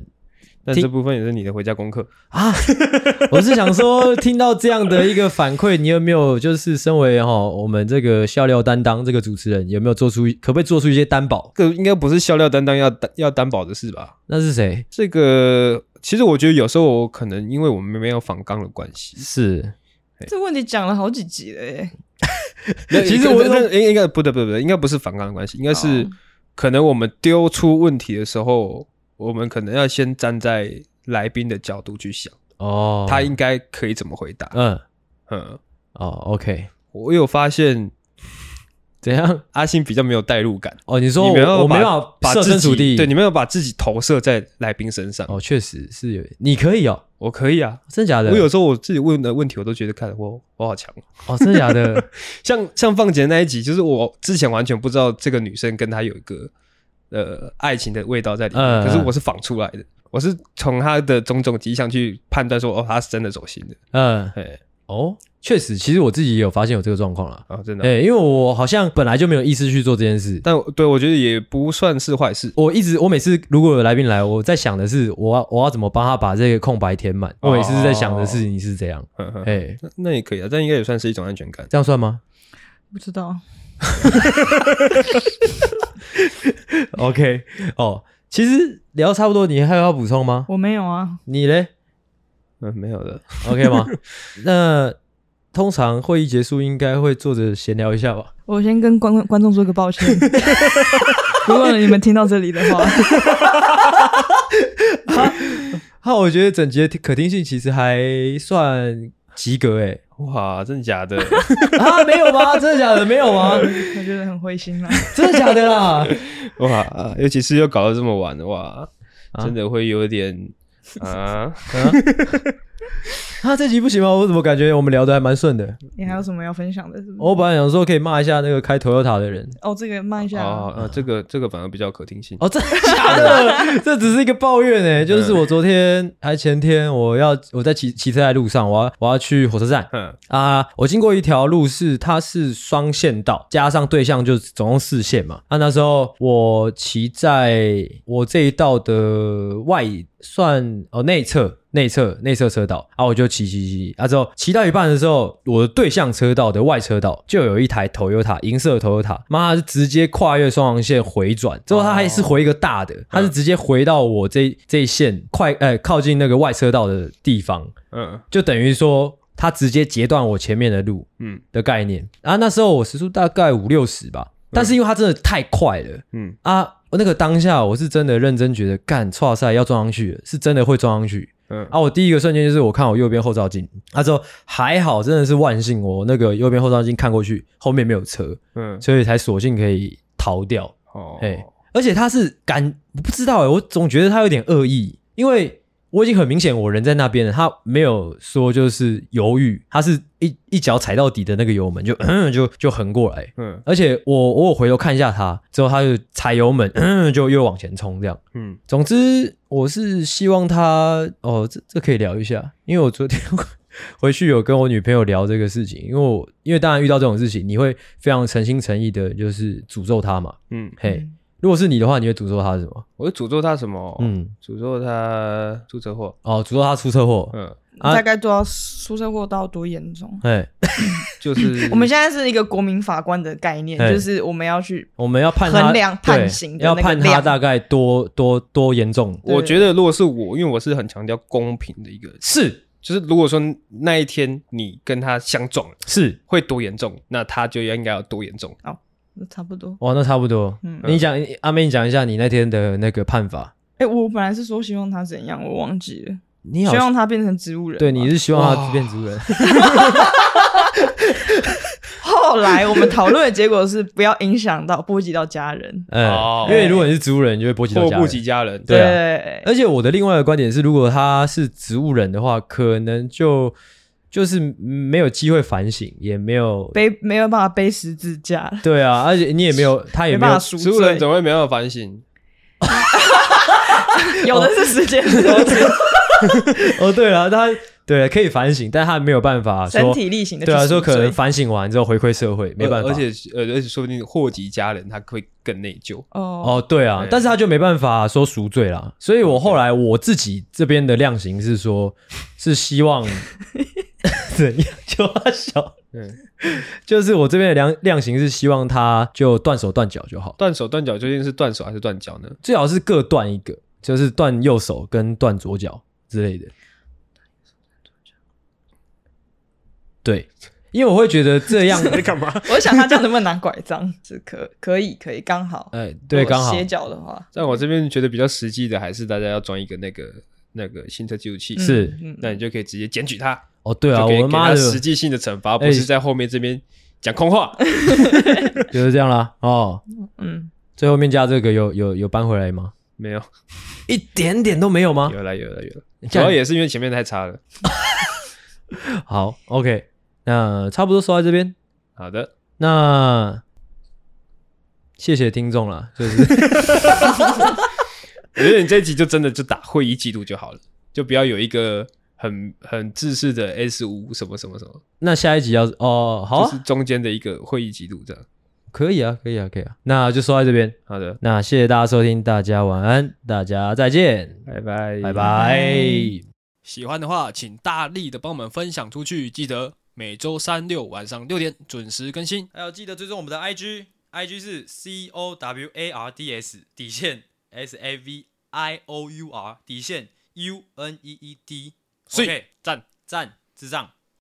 Speaker 1: 但这部分也是你的回家功课。
Speaker 2: 啊， 我是想说，听到这样的一个反馈，你有没有就是身为哈、我们这个笑料担当这个主持人，有没有做出可不可以做出一些担保？
Speaker 1: 这个应该不是笑料担当要担要担保的事吧？
Speaker 2: 那是谁？
Speaker 1: 这个其实我觉得有时候我可能因为我们没有仿纲的关系，
Speaker 2: 是
Speaker 4: 这问题讲了好几集了耶。
Speaker 2: 其实我
Speaker 1: 那应应该不对不对不对，应该不是反抗的关系，应该是
Speaker 4: 哦
Speaker 1: 可能我们丢出问题的时候，我们可能要先站在来宾的角度去想，
Speaker 2: 哦，
Speaker 1: 他应该可以怎么回答。
Speaker 2: 嗯
Speaker 1: 嗯，
Speaker 2: 哦，OK，
Speaker 1: 我有发现
Speaker 2: 怎样？
Speaker 1: 阿信比较没有代入感，
Speaker 2: 哦，你说
Speaker 1: 你
Speaker 2: 我
Speaker 1: 没有
Speaker 2: 我没
Speaker 1: 把
Speaker 2: 有
Speaker 1: 把
Speaker 2: 设
Speaker 1: 自
Speaker 2: 身
Speaker 1: 己
Speaker 2: 处地，
Speaker 1: 对，你没有把自己投射在来宾身上。
Speaker 2: 哦，确实是有，你可以哦，
Speaker 1: 我可以啊，
Speaker 2: 真假的？
Speaker 1: 我有时候我自己问的问题，我都觉得看我我好强哦。
Speaker 2: 哦，真 假的？
Speaker 1: 像像放姐那一集，就是我之前完全不知道这个女生跟她有一个呃爱情的味道在里面，
Speaker 2: 嗯
Speaker 1: 可是我是仿出来的，我是从她的种种迹象去判断说，哦，她是真的走心的，
Speaker 2: 嗯，
Speaker 1: 哎，
Speaker 2: 哦，确实，其实我自己也有发现有这个状况啦。
Speaker 1: 哦，真的，
Speaker 2: 哎、因为我好像本来就没有意识去做这件事。
Speaker 1: 但我对我觉得也不算是坏事，
Speaker 2: 我一直，我每次如果有来宾来，我在想的是，我要我要怎么帮他把这个空白填满。
Speaker 1: 哦
Speaker 2: 我每次在想的事情是这样。
Speaker 1: 呵呵
Speaker 2: 哎、
Speaker 1: 那嗯那也可以啊，但应该也算是一种安全感。
Speaker 2: 这样算吗
Speaker 4: 不知道，
Speaker 2: ？OK，哦，其实聊差不多，你还有要补充吗？
Speaker 4: 我没有啊。
Speaker 2: 你嘞
Speaker 1: 嗯，没有了，
Speaker 2: ？OK 吗？那通常会议结束应该会坐着闲聊一下吧？
Speaker 4: 我先跟观观众说个抱 歉，如果你们听到这里的话，
Speaker 2: 哈，我觉得整节可听性其实还算及格哎、
Speaker 1: 哇，真的假的？
Speaker 2: 啊，没有吗？真的假的？没有吗？
Speaker 4: 我觉得很灰心啦。
Speaker 2: 真的假的啦？
Speaker 1: 哇，尤其是又搞到这么晚，哇，
Speaker 2: 啊
Speaker 1: 真的会有点啊，
Speaker 2: 啊，这集不行吗？我怎么感觉我们聊的还蛮顺的？
Speaker 4: 你还有什么要分享的？是不是
Speaker 2: 我本来想说可以骂一下那个开 Toyota 的人，
Speaker 4: 哦，这个慢一下啊，
Speaker 1: 哦，呃这个这个反而比较有可听性。
Speaker 2: 哦，真的假的？ 这只是一个抱怨哎、就是我昨天还前天，我要我在骑骑车在路上，我要我要去火车站
Speaker 1: 嗯，
Speaker 2: 啊，我经过一条路是它是双线道，加上对向就总共四线嘛。啊，那时候我骑在我这一道的外算哦内侧。内侧内侧车道啊，我就骑骑骑啊，之后骑到一半的时候，我的对向车道的外车道就有一台 Toyota 银色的 Toyota，妈它是直接跨越双黄线回转，之后它还是回一个大的，它是直接回到我这这一线快呃靠近那个外车道的地方，
Speaker 1: 嗯
Speaker 2: 就等于说他直接截断我前面的路
Speaker 1: 嗯
Speaker 2: 的概念。啊，那时候我时速大概五六十吧，但是因为他真的太快了
Speaker 1: 嗯，
Speaker 2: 啊，我那个当下我是真的认真觉得干，哇塞，要撞上去了，是真的会撞上去。
Speaker 1: 嗯
Speaker 2: 啊，我第一个瞬间就是我看我右边后照镜，啊之后还好，真的是万幸，我那个右边后照镜看过去，后面没有车，
Speaker 1: 嗯，
Speaker 2: 所以才索性可以逃掉。
Speaker 1: 哦，
Speaker 2: 哎、而且他是感，我不知道哎、我总觉得他有点恶意，因为我已经很明显我人在那边了，他没有说就是犹豫，他是一一脚踩到底的那个油门就 嗯就就横过来，
Speaker 1: 嗯
Speaker 2: 而且我我有回头看一下他，之后他就踩油门嗯就又往前冲这样。
Speaker 1: 嗯，
Speaker 2: 总之，我是希望他哦，这这可以聊一下，因为我昨天回去有跟我女朋友聊这个事情，因为我因为当然遇到这种事情，你会非常诚心诚意的，就是诅咒他嘛，
Speaker 1: 嗯，
Speaker 2: 嘿。
Speaker 4: 嗯
Speaker 2: 如果是你的话，你会诅咒他什么？
Speaker 1: 我会诅咒他什么？
Speaker 2: 嗯，
Speaker 1: 诅咒他出车祸。
Speaker 2: 哦，诅咒他出车祸。
Speaker 1: 嗯，
Speaker 2: 啊
Speaker 4: 大概都要出车祸到多严重？
Speaker 2: 哎，
Speaker 1: 就是
Speaker 4: 我们现在是一个国民法官的概念，
Speaker 2: 嘿
Speaker 4: 就是我们要去
Speaker 2: 我们要判他
Speaker 4: 衡量
Speaker 2: 对
Speaker 4: 判刑的
Speaker 2: 要
Speaker 4: 那个
Speaker 2: 判他
Speaker 4: 量
Speaker 2: 大概多多多严重？
Speaker 1: 我觉得如果是我，因为我是很强调公平的一个人，
Speaker 2: 是
Speaker 1: 就是如果说那一天你跟他相撞了，
Speaker 2: 是，
Speaker 1: 会多严重，那他就应该要多严重。
Speaker 4: 差不多。
Speaker 2: 哇，那差不多。
Speaker 4: 嗯
Speaker 2: 你讲阿妹，你讲一下你那天的那个判罚。
Speaker 4: 哎、我本来是说希望他怎样，我忘记了，
Speaker 2: 你好
Speaker 4: 希，望他变成植物人嘛。
Speaker 2: 对，你是希望他
Speaker 1: 哇
Speaker 2: 变植 物人。
Speaker 4: 后来我们讨论的结果是不要影响到波及到家人。
Speaker 2: 嗯
Speaker 1: 哦，
Speaker 2: 因为如果你是植物人，你就会波及到
Speaker 1: 祸
Speaker 2: 家
Speaker 1: 不及
Speaker 2: 人。
Speaker 1: 家人，
Speaker 2: 对啊
Speaker 4: 对
Speaker 2: 而且我的另外一个观点是，如果他是植物人的话，可能就就是没有机会反省，也没有
Speaker 4: 背没有办法背十字架，
Speaker 2: 对啊，而且你也没有，他也
Speaker 4: 没
Speaker 2: 没
Speaker 4: 办
Speaker 2: 有
Speaker 4: 法赎
Speaker 1: 植物人
Speaker 4: 罪
Speaker 1: 怎。么会没办法反省？
Speaker 4: 有的是时间，有的是
Speaker 2: 哦，对了，他对，可以反省，但他没有办法说
Speaker 4: 身体力行的
Speaker 2: 对啊，说可能反省完之后回馈社会，没办法。
Speaker 1: 而且呃，而且说不定祸及家人，他会更内疚。
Speaker 3: 哦，
Speaker 2: 哦，对啊
Speaker 1: 对，
Speaker 2: 但是他就没办法说赎罪啦。所以我后来我自己这边的量刑是 说，是希望怎样就他小，
Speaker 1: 嗯，
Speaker 2: 就是我这边的量量刑是希望他就断手断脚就好，
Speaker 1: 断手断脚究竟是断手还是断脚呢？
Speaker 2: 最好是各断一个，就是断右手跟断左脚之类的。对，因为我会觉得这 样
Speaker 1: 干嘛？
Speaker 4: 我想他这样能不能拿拐杖？是可可以可以刚好。
Speaker 2: 哎，对，
Speaker 4: 如果
Speaker 2: 刚好
Speaker 4: 斜角的话，
Speaker 1: 但我这边觉得比较实际的，还是大家要装一个那个那个行车记录器，
Speaker 2: 是
Speaker 4: 嗯，
Speaker 1: 那你就可以直接检举他，
Speaker 2: 哦，对啊，
Speaker 1: 就给
Speaker 2: 我
Speaker 1: 给
Speaker 2: 妈
Speaker 1: 他
Speaker 2: 的
Speaker 1: 实际性的惩罚，不
Speaker 2: 哎
Speaker 1: 是在后面这边讲空 话。
Speaker 2: 就是这样啦。哦，
Speaker 4: 嗯，
Speaker 2: 最后面加这个有有有搬回来吗？
Speaker 1: 没有，
Speaker 2: 一点点都没有吗？
Speaker 1: 有了有了有了，主
Speaker 2: 这样
Speaker 1: 要也是因为前面太差了。
Speaker 2: 好，OK，那差不多说到这边，
Speaker 1: 好的，
Speaker 2: 那谢谢听众啦，就是
Speaker 1: 我觉得你这一集就真的就打会议记录就好了，就不要有一个很很自私的 S 五什么什么什么，
Speaker 2: 那下一集要哦，好、啊
Speaker 1: 就是中间的一个会议记录这样。
Speaker 2: 可以啊，可以啊，可以啊，那就说到这边，
Speaker 1: 好的，
Speaker 2: 那谢谢大家收听，大家晚安，大家再见，
Speaker 1: 拜拜，
Speaker 2: 拜拜
Speaker 5: 喜欢的话，请大力的帮我们分享出去。记得每周三六晚上六点准时更新。
Speaker 6: 还有记得追踪我们的 IG，IG 是 C O W A R D S 底线 S A V I O U R 底线 U N E E D。
Speaker 5: 所以
Speaker 6: OK，赞赞智障。